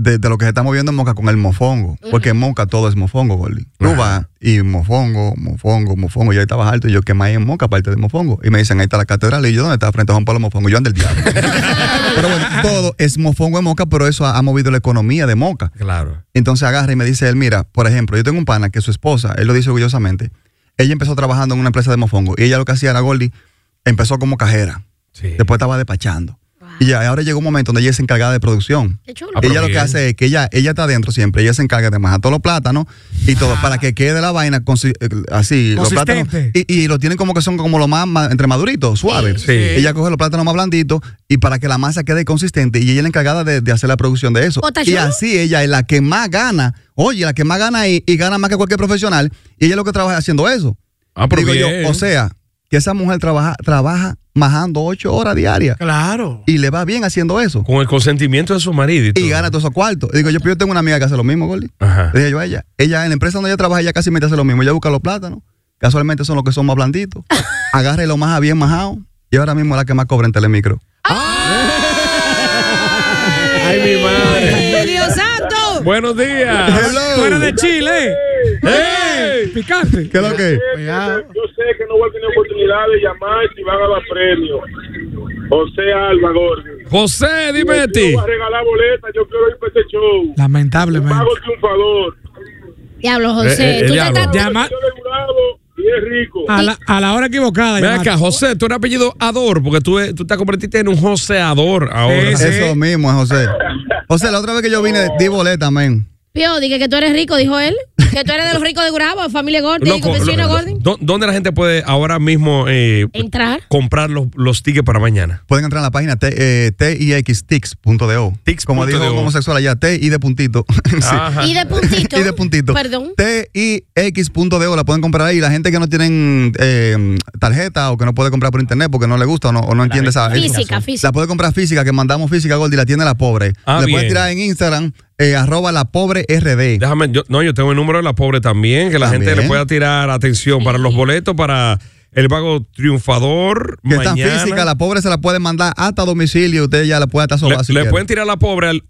de, de lo que se está moviendo en Moca con el mofongo. Porque en Moca todo es mofongo, Gordy. Tú vas y mofongo, mofongo, mofongo. Yo ahí estaba alto y yo, ¿qué más hay en Moca aparte de mofongo? Y me dicen, ahí está la catedral. Y yo, ¿dónde está? Frente a Juan Pablo Mofongo. Yo ando el diablo. pero bueno, todo es mofongo en Moca, pero eso ha, ha movido la economía de Moca.
Claro.
Entonces agarra y me dice él, mira, por ejemplo, yo tengo un pana que su esposa, él lo dice orgullosamente, ella empezó trabajando en una empresa de mofongo y ella lo que hacía era Gordy, empezó como cajera. Después estaba despachando. Y ya, ahora llegó un momento donde ella es encargada de producción.
Ah, pero
Ella lo que
bien.
hace es que ella, ella está adentro siempre, ella se encarga de majar todos los plátanos y todo, para que quede la vaina consi- eh, así, los plátanos.
Ah. Consistente.
Y, y lo tienen como que son como lo más, ma- entre maduritos, suaves.
Sí.
Ella coge los plátanos más blanditos y para que la masa quede consistente y ella es la encargada de, de hacer la producción de eso.
¿Potachú?
Y así ella es la que más gana, oye, la que más gana y, y gana más que cualquier profesional y ella es lo que trabaja haciendo eso.
Ah, pero
Digo
bien.
yo, o sea, que esa mujer trabaja, trabaja majando ocho horas diarias.
Claro.
Y le va bien haciendo eso.
Con el consentimiento de su marido. Y, todo.
Y gana todos esos cuartos. Digo, yo, pero yo tengo una amiga que hace lo mismo, Gordy.
Ajá.
Le dije yo a ella. Ella en la empresa donde ella trabaja, ella casi me hace lo mismo. Ella busca los plátanos. Casualmente son los que son más blanditos. Agarra y los más bien majado. Y ahora mismo es la que más cobra en Telemicro.
Ay, mi madre.
Dios santo.
Buenos días.
Hello.
Tú eres de Chile.
¡Ey!
Picante.
¿Qué es lo que?
Yo sé que no voy a tener oportunidad de llamar si van a dar premio. José Alba Gordi.
José, dime de ti.
Yo voy a regalar boletas, yo quiero ir para este show.
Lamentablemente.
Pago triunfador.
Diablo,
Eh, eh,
José.
el
tú te
diablo.
estás-
Llama-
Y es rico.
a, la, a la hora equivocada.
Ven
llamaste.
acá, José, tú eres apellido Ador, porque tú, eh, tú te convertiste en un joseador ahora.
Eso mismo es José. José, la otra vez que yo vine, di boleta, men.
Pío, dije que tú eres rico, dijo él. Que tú eres de los ricos de Gurabo, familia Gordy,
Loco,
confesión
lo-
Gordy.
¿dó- ¿Dónde la gente puede ahora mismo eh,
Entrar.
comprar los, los tickets para mañana?
Pueden entrar en la página t- eh, tixtix.do. Como dijo
punto de o.
homosexual allá, T y de puntito. Sí.
Ajá.
Y de puntito.
Y de puntito.
Perdón.
TIX.deo la pueden comprar ahí. Y La gente que no tienen eh, tarjeta o que no puede comprar por internet porque no le gusta o no, o no entiende esa
Física,
esa-
física.
La puede comprar física, que mandamos física, Gold, y la tiene la pobre.
Ah,
le
bien.
puede tirar en Instagram, eh, arroba la pobre RD.
Déjame, yo, no, yo tengo el número de la pobre también, que la
También.
gente le pueda tirar atención para los boletos, para el vago triunfador.
Que está
mañana.
física, la pobre se la puede mandar hasta domicilio. Usted ya la puede hasta
le,
sobar si
le
quiere.
pueden tirar la pobre al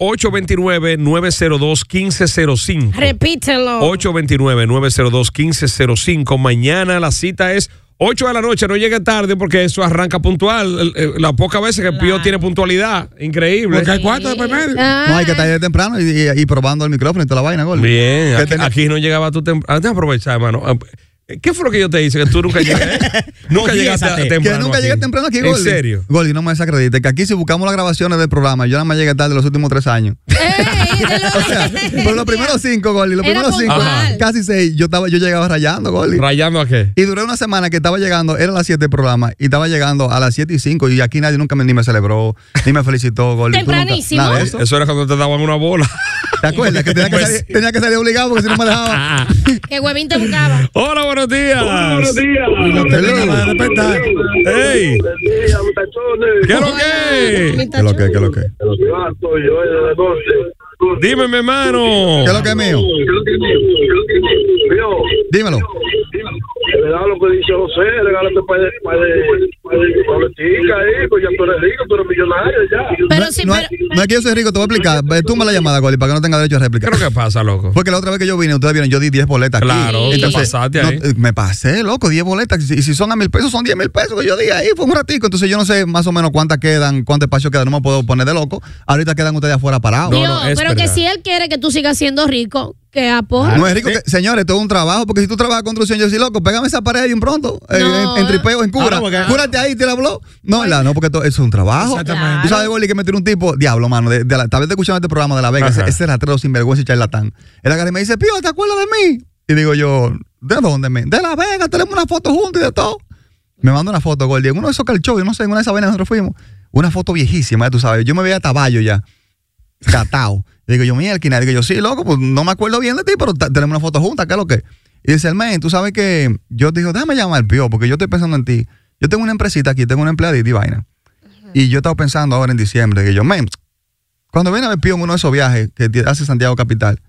829-902-1505.
Repítelo.
829-902-1505. Mañana la cita es 8 de la noche. No llegue tarde porque eso arranca puntual. El- el- Las pocas veces que Pío tiene puntualidad. Increíble.
Porque hay cuarto de por medio.
No, hay que estar ahí temprano y, y- y probando el micrófono y toda la vaina, Gold.
Bien,
Que
aquí,
tenga-
aquí no llegaba tu temprano. Déjame aprovechar, hermano. ¿Qué fue lo que yo te hice? Que tú nunca llegaste. nunca llegaste a-
Confiésate.
Que
temprano.
nunca llegué temprano aquí, Goldie.
En serio.
Goldie, no me desacredites. Que aquí, si buscamos las grabaciones del programa, yo nada más llegué tarde los últimos tres años.
Ey, de
O sea,
lo-
por los primeros cinco, Goli, los
Era
primeros cinco,
puntual.
casi seis, yo estaba, yo llegaba rayando, Goli.
¿Rayando a qué?
Y duré una semana que estaba llegando, era las 7 el programa, y estaba llegando a las 7 y 5, y aquí nadie nunca me, ni me celebró, ni me felicitó, Goli. Tú nunca-
Tempranísimo.
Nada de eso.
Eso. era cuando te daban una bola. Pues
¿Te acuerdas? Que tenía que, salir, tenía que salir obligado porque si no me dejaba.
Que huevín te buscaba.
Hola, buenos días.
Buenos días.
Hello.
Ey,
Buenos días, muchachones.
¿qué es lo que?
¿Qué es lo que, qué es lo que? ¿Qué
Ah, soy yo, de la noche.
Dime, mi hermano.
es lo que es mío?
Vio,
Dímelo.
Le da lo que dice José, regálate para de pa de- pa de boletica ahí, pues ya tú eres rico, tú eres millonario ya.
Pero sí,
No,
pero.
es- no es que yo soy rico, te voy a explicar. Ve, Tumba la llamada, Goli, para que no tenga derecho a
¿Qué
réplica.
es lo que pasa, loco?
Porque la otra vez que yo vine, ustedes vieron, yo di 10 boletas. aquí.
Claro, te pasaste ahí.
eh, me pasé, loco, 10 boletas. Y si- Y si son a mil pesos, son 10 mil pesos que yo di ahí. Fue un ratico. Entonces yo no sé más o menos cuántas quedan, cuánto espacio queda. No me puedo poner de loco. Ahorita quedan ustedes afuera parados.
Dios,
No,
no, es
pero que
verdad. Ah,
si él quiere que tú sigas siendo rico, que apoya.
es
Eh,
rico. que- señores, esto es un trabajo. Porque si tú trabajas construcción, yo soy loco, pégame esa pared bien pronto. eh,
No.
en, en tripeo, en cura.
Ah, no, porque-
Cúrate ahí, te la habló. No, la, no, porque esto, eso es un trabajo.
Exactamente.
Tú sabes, Goli, que me tiró un tipo, diablo, mano, de, de la, tal vez te escucharon este programa de La Vega, ese,
Ajá.
ese ratero sinvergüenza y charlatán. Él agarra y me dice, Pío, ¿te acuerdas de mí? Y digo yo, ¿de dónde, men? De La Vega, tenemos una foto juntos y de todo. Me manda una foto, Goli, en uno de esos calchovios, no sé, en una de esas vainas nosotros fuimos. Una foto viejísima, ya tú sabes. Yo me veía a caballo ya, catao. digo yo, mira, Alquina. Digo yo, sí, loco, pues no me acuerdo bien de ti, pero ta- tenemos una foto juntas, ¿qué es lo que? Y dice, el men, tú sabes que yo digo, déjame llamar, Pío, porque yo estoy pensando en ti. Yo tengo una empresita aquí, tengo una empleadita y vaina. Y yo estaba pensando ahora en diciembre, que yo, men, cuando viene a ver Pío en uno de esos viajes que te- hace Santiago Capital,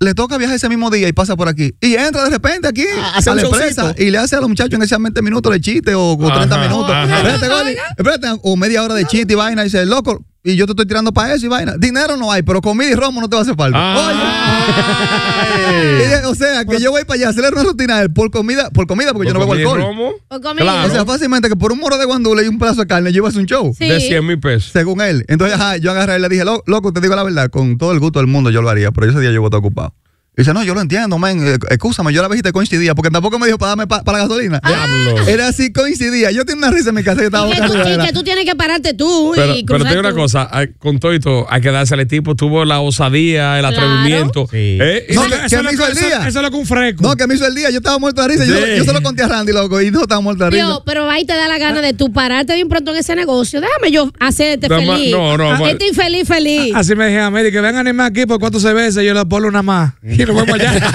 le toca viajar ese mismo día y pasa por aquí. Y entra de repente aquí
hace
a
un
la
showcito.
empresa y le hace a los muchachos en ese 20 minutos de chiste o, o
Ajá,
30 minutos.
ajá.
Vete, Goli, espérate, o media hora de chiste y vaina, y dice, loco, y yo te estoy tirando para eso y vaina. Dinero no hay, pero comida y romo no te va a hacer falta.
Ah.
Oye. Ella- O sea, que yo voy para allá a hacerle una rutina a él por comida, por comida, porque yo no bebo
comida y
alcohol.
romo?
Por comida. Claro.
O sea, fácilmente que por un moro de guandula y un pedazo de carne llevas un show.
Sí. De 100
mil pesos.
Según él. Entonces, ajá, yo agarré y le dije, "Lo- loco, te digo la verdad, con todo el gusto del mundo yo lo haría, pero ese día yo voy a estar ocupado. Y Dice, no, yo lo entiendo, men. eh, Excúsame, yo la visité coincidía, porque tampoco me dijo para darme pa- para la gasolina.
Diablo.
Era así, coincidía. Yo tenía una risa en mi casa que estaba
Ah. Y que, tú,
boca arriba,
y
era-
que tú tienes que pararte tú
Pero,
y
pero te
cruzar
digo una
tú.
cosa, hay- con todo y todo, hay que dársele tipo, tuvo la osadía, el
Claro.
atrevimiento. ¿Eh?
No,
Y-
que, que me hizo el día.
Eso es lo que un fresco.
No, que me hizo el día. Yo estaba muerto de risa. Yo,
Sí.
yo se lo conté a Randy, loco. Y no estaba muerto de risa.
Tío, pero ahí te da la gana de tú pararte bien pronto en ese negocio. Déjame yo hacerte
No, ma-
feliz.
no, no, ma-
Este infeliz feliz.
Así me dije a Mary, que vengan a animar aquí por cuatro cervezas, yo le pongo una más. Y nos vemos allá.
por cinco,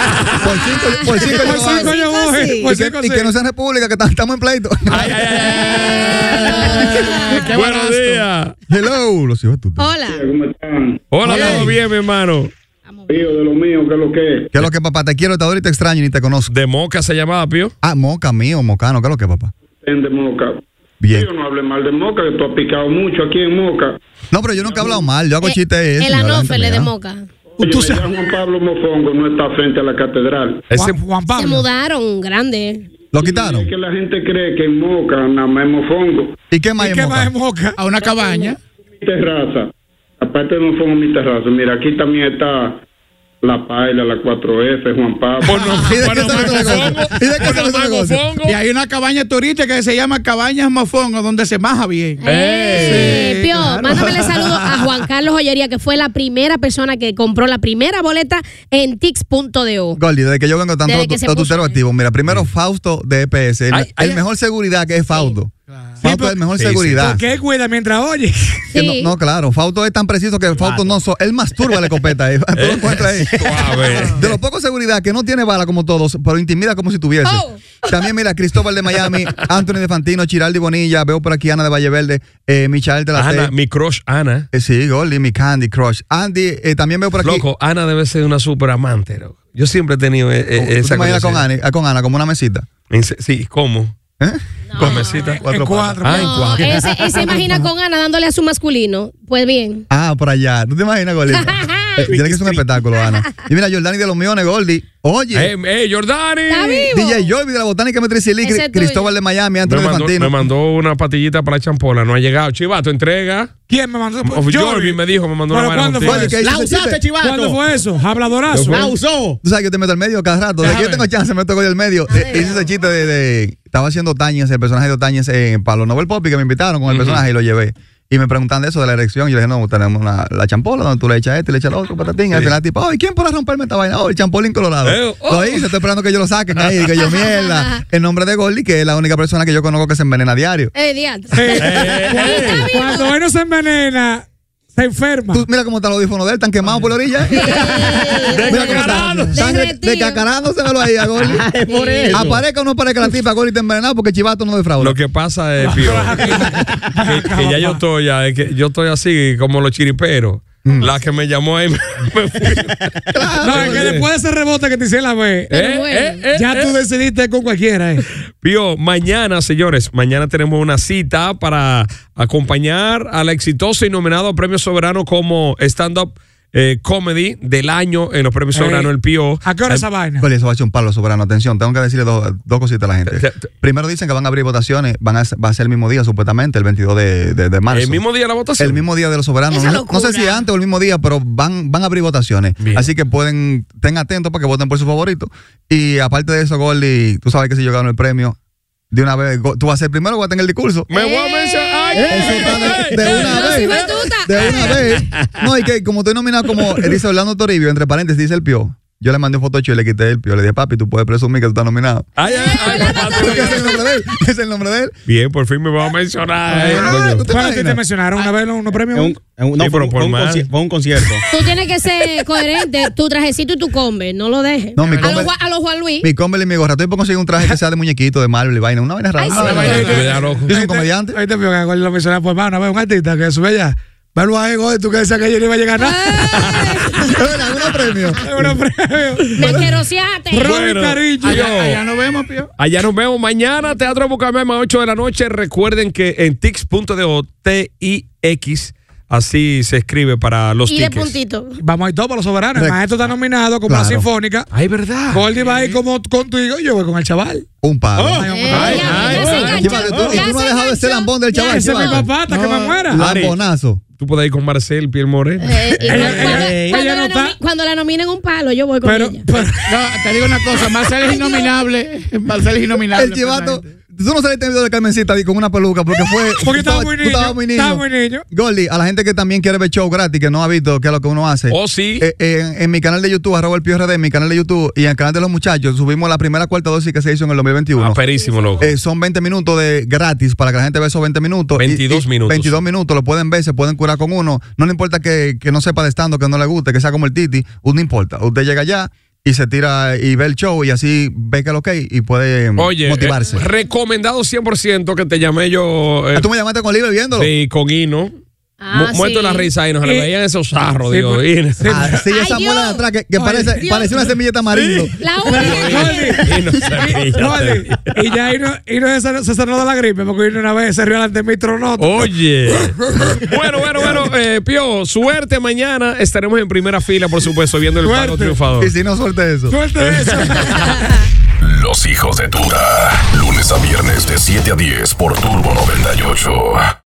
por cinco yo
Por cinco yo
voy.
voy. Por
Y que,
cinco
y que
sí.
no sea república, que ta- estamos en pleito.
Buenos días.
Hello, los hijos de tu.
Hola.
¿Cómo están?
Hola, todo bien, mi hermano.
Pío de lo mío, ¿qué es lo que es?
¿Qué es lo que, papá? Te quiero, te adoro y te extraño y ni te conozco.
De Moca se llamaba, Pío.
Ah, Moca mío, Mocano. ¿Qué es lo que, papá?
Ten de Moca.
Bien.
Yo no hable mal de Moca, que tú has picado mucho aquí en Moca.
No, pero yo nunca he hablado mal. Yo hago
Eh,
chistes.
el
señor,
anófele
adelante, Uh,
de
mira.
Moca.
Oye, me llamo Juan Pablo Mofongo no está frente a la catedral.
Se mudaron, grande.
¿Lo quitaron?
Es que la gente cree que en Moca nada más es Mofongo.
¿Y qué más
es
Moca?
A una cabaña.
Mi terraza. Aparte de Mofongo, mi terraza. Mira, aquí también está La Paila, la 4F, Juan Pablo.
Ah,
Y hay una cabaña turística que se llama Cabañas Mofongo, donde se maja bien.
Eh, Pío, mándamele saludo a Juan Carlos Joyería, que fue la primera persona que compró la primera boleta en tix.do.
Gordy, desde que yo vengo tanto
Desde que se
tu
puso,
tutero activo. Mira, primero Fausto de EPS. El,
Ay,
el
ay.
mejor seguridad que es Fausto. Fausto es el mejor seguridad.
¿Por qué cuida mientras oye?
Que no- no, claro, Fausto es tan preciso que Fausto no so, él masturba la escopeta. ahí. Tú lo encuentras ahí. De los pocos seguridad que no tiene bala como todos, pero intimida como si tuviese.
Oh.
También mira, Cristóbal de Miami, Anthony de Fantino, Chiraldi Bonilla, veo por aquí Ana de Valleverde, eh, Michael de la
Ana,
T.
mi crush Ana.
Eh, sí, Gordy, mi Candy Crush. Andy, eh, también veo por aquí.
Loco, Ana debe ser una super amante, loco. Yo siempre he tenido eh, eh,
¿Tú te
esa
imaginas con
curiosidad.
Ana, ah, con Ana como una mesita? ¿Eh?
En se- Sí, ¿cómo? Con mesita.
Cuatro patas.
Ah, en cuatro.
Él se, él se imagina con Ana dándole a su masculino. Pues bien.
Ah, por allá. ¿Tú te imaginas, Gordy? Eh, Tiene que ser un espectáculo, Ana. Y mira, Jordani de los Miones, Gordy. Oye.
¡Eh, eh, Jordani!
DJ Jorvi de la Botánica Metricilí,
Ese es tuyo.
Cristóbal de Miami,
Me
Antonio
mandó,
Infantino.
me mandó una patillita para la champola, no ha llegado. Chivato, entrega.
¿Quién me mandó?
Jorvi
Jorvi.
me dijo, me mandó
¿Pero
una vaina
cuándo
contigo.
fue eso?
La usaste, chivato.
¿Cuándo fue eso? Habladorazo.
¿La
usó.
Tú sabes que yo te meto al medio cada rato. De que yo tengo chance, me toco yo al medio. Eh, Hice ese chiste de, de- Estaba haciendo Tañez, el personaje de Tañez en Pablo Nobel Pop y que me invitaron con el personaje y lo llevé. Y me preguntan de eso, de la erección. Y yo le dije, no, tenemos una- la champola donde tú le echas este, le echas el otro, patatín. Y al final, tipo, ay, ¿quién podrá romperme esta vaina? Oh, el champolín colorado.
Eh, oh.
Lo hice, estoy esperando que yo lo saquen ahí. Digo yo, mierda. En nombre de Goldie, que es la única persona que yo conozco que se envenena a diario.
Eh, diantre.
Cuando uno se envenena, se enferma.
Tú mira cómo está el audífono de él, tan quemado por la orilla.
Descacarado.
Descacarándoselo ahí a Goli.
por eso.
Aparezca o no aparezca la tipa, Goli está envenenado porque Chivato no defrauda.
Lo que pasa es, Pío, que, que ya yo estoy, ya, es que yo estoy así como los chiriperos.
Mm.
La que me llamó ahí me, me fui.
No, es que después de ese rebote que te hice la vez,
Pero bueno. eh, eh,
ya tú decidiste con cualquiera. eh.
Pío, mañana, señores, mañana tenemos una cita para acompañar al exitoso y nominado a Premio Soberano como stand-up eh, comedy del año en los Premios
Ey.
Soberano, el Pío.
Eh, ¿A qué hora esa vaina?
Goli, Pues, eso va a ser un palo soberano. Atención, tengo que decirle dos, dos cositas a la
Eh,
gente. Primero dicen que van a abrir votaciones, van a, va a ser el mismo día, supuestamente, el 22 de, de- de marzo.
El mismo día de la votación.
El mismo día de los soberanos.
Esa
No, no sé
locura.
si antes o el mismo día, pero van, van a abrir votaciones. Así que pueden, estén atentos para que voten por su favorito. Y aparte de eso, Gordy, tú sabes que si yo gano el premio, de una vez, go- tú vas a ser primero, voy a tener el discurso.
Me voy a mencionar. ay,
Eso está de, de una vez. De una vez. No, y que como estoy nominado como eh, dice Orlando Toribio, entre paréntesis, dice el pio. Yo le mandé un fotocho y le quité el pio. Le dije, papi, tú puedes presumir que tú estás nominado.
ay, ay, ay, papá, te-
Porque ese es el nombre de él. Ese es el nombre de él.
Bien, por fin me va a mencionar. eh,
Ah,
coño.
¿tú te
Bueno, a ti te
imaginas?
mencionaron una vez en unos premios.
Un- un- no,
Sí,
fue,
pero
un-
por
fue un
más.
conci- fue un concierto.
Tú tienes que ser coherente, tu trajecito y tu combe, no lo dejes.
No, mi
a, los
Converse-
Juan- a los Juan Luis.
Mi combi y mi gorra. Estoy por conseguir un traje que sea de muñequito, de Marvel y vaina. Una vaina rara.
Ay,
una
sí.
vaina
Ay,
rara.
ay, ay, ay, loco.
Yo soy un comediante.
Ahorita vio que lo mencionaba por mano, una vez un artista que sube allá. Velo ahí, Gode, tú que decías que yo no iba a llegar a nada.
Venga, unos premios.
Mm.
Unos premios.
Me queroseaste.
Bueno,
Allá, allá
allá,
nos vemos, Pío.
nos vemos mañana, Teatro Bucaramanga, 8 de la noche. Recuerden que en tix.do, T-I-X, así se escribe para los
Y de
tickets.
puntito.
Vamos a ir todos para los soberanos. El
Re-
maestro está nominado como la
Claro.
sinfónica.
Ay, verdad.
Goldie va a ir como contigo y yo voy con el chaval. Oh.
Un paro.
Ay, ay, ay.
Llévate tú, y tú no has dejado de ser lambón del chaval.
Ese es mi
llévate.
papá, hasta que me muera.
Ari,
Lambonazo.
Tú puedes ir con Marcel, Piel Moreno.
Eh, y cuando- cuando, la
ella no está.
nomi- cuando la nominen un palo, yo voy con ella.
No, te digo una cosa, Marcel es innominable. Marcel es innominable.
El
pues,
chivato. Tú no saliste en video de Carmencita ahí con una peluca porque fue.
Porque
tú
estaba muy
tú
niño,
estabas muy niño.
estaba muy niño.
Goldie, a la gente que también quiere ver show gratis, que no ha visto qué es lo que uno hace.
Oh, sí.
Eh, eh, en, en mi canal de YouTube, arroba el Pío RD, en mi canal de YouTube y en el canal de los muchachos, subimos la primera cuarta dosis que se hizo en el 2021.
Ah, perísimo, loco.
Eh, son 20 minutos de gratis para que la gente vea esos 20 minutos.
22 minutos.
22 minutos, lo pueden ver, se pueden curar con uno. No le importa que, que no sepa de estando, que no le guste, que sea como el Titi, uh, no importa. Usted llega allá y se tira y ve el show y así ve que lo que hay y puede mm,
Oye,
motivarse.
eh, recomendado 100% que te llamé yo. eh,
Ah, Tú me llamaste con Libre viéndolo. Eh,
sí, con Hino.
Ah,
Mu- Muerto de la
sí.
risa, Hino. Se
Sí.
le veían esos sarros,
Sí,
digo.
pero-
Hino.
Ah, sí, esa
Ay,
muela de
Dios.
atrás que, que
Ay,
parece,
Dios.
parece una semilleta amarillo.
La única que-
Hino se ría, se
Goldie.
ría.
Y ya ahí no, ahí no se, se cerró de la gripe porque vino una vez, se rió delante de mi tronoto.
Oye. bueno, bueno, bueno. eh, Pío, suerte mañana. Estaremos en primera fila, por supuesto, viendo el palo
Suerte.
triunfador.
Y si no, suelte eso.
Suerte de eso.
Los hijos de Tuta. Lunes a viernes de 7 a 10 por Turbo 98.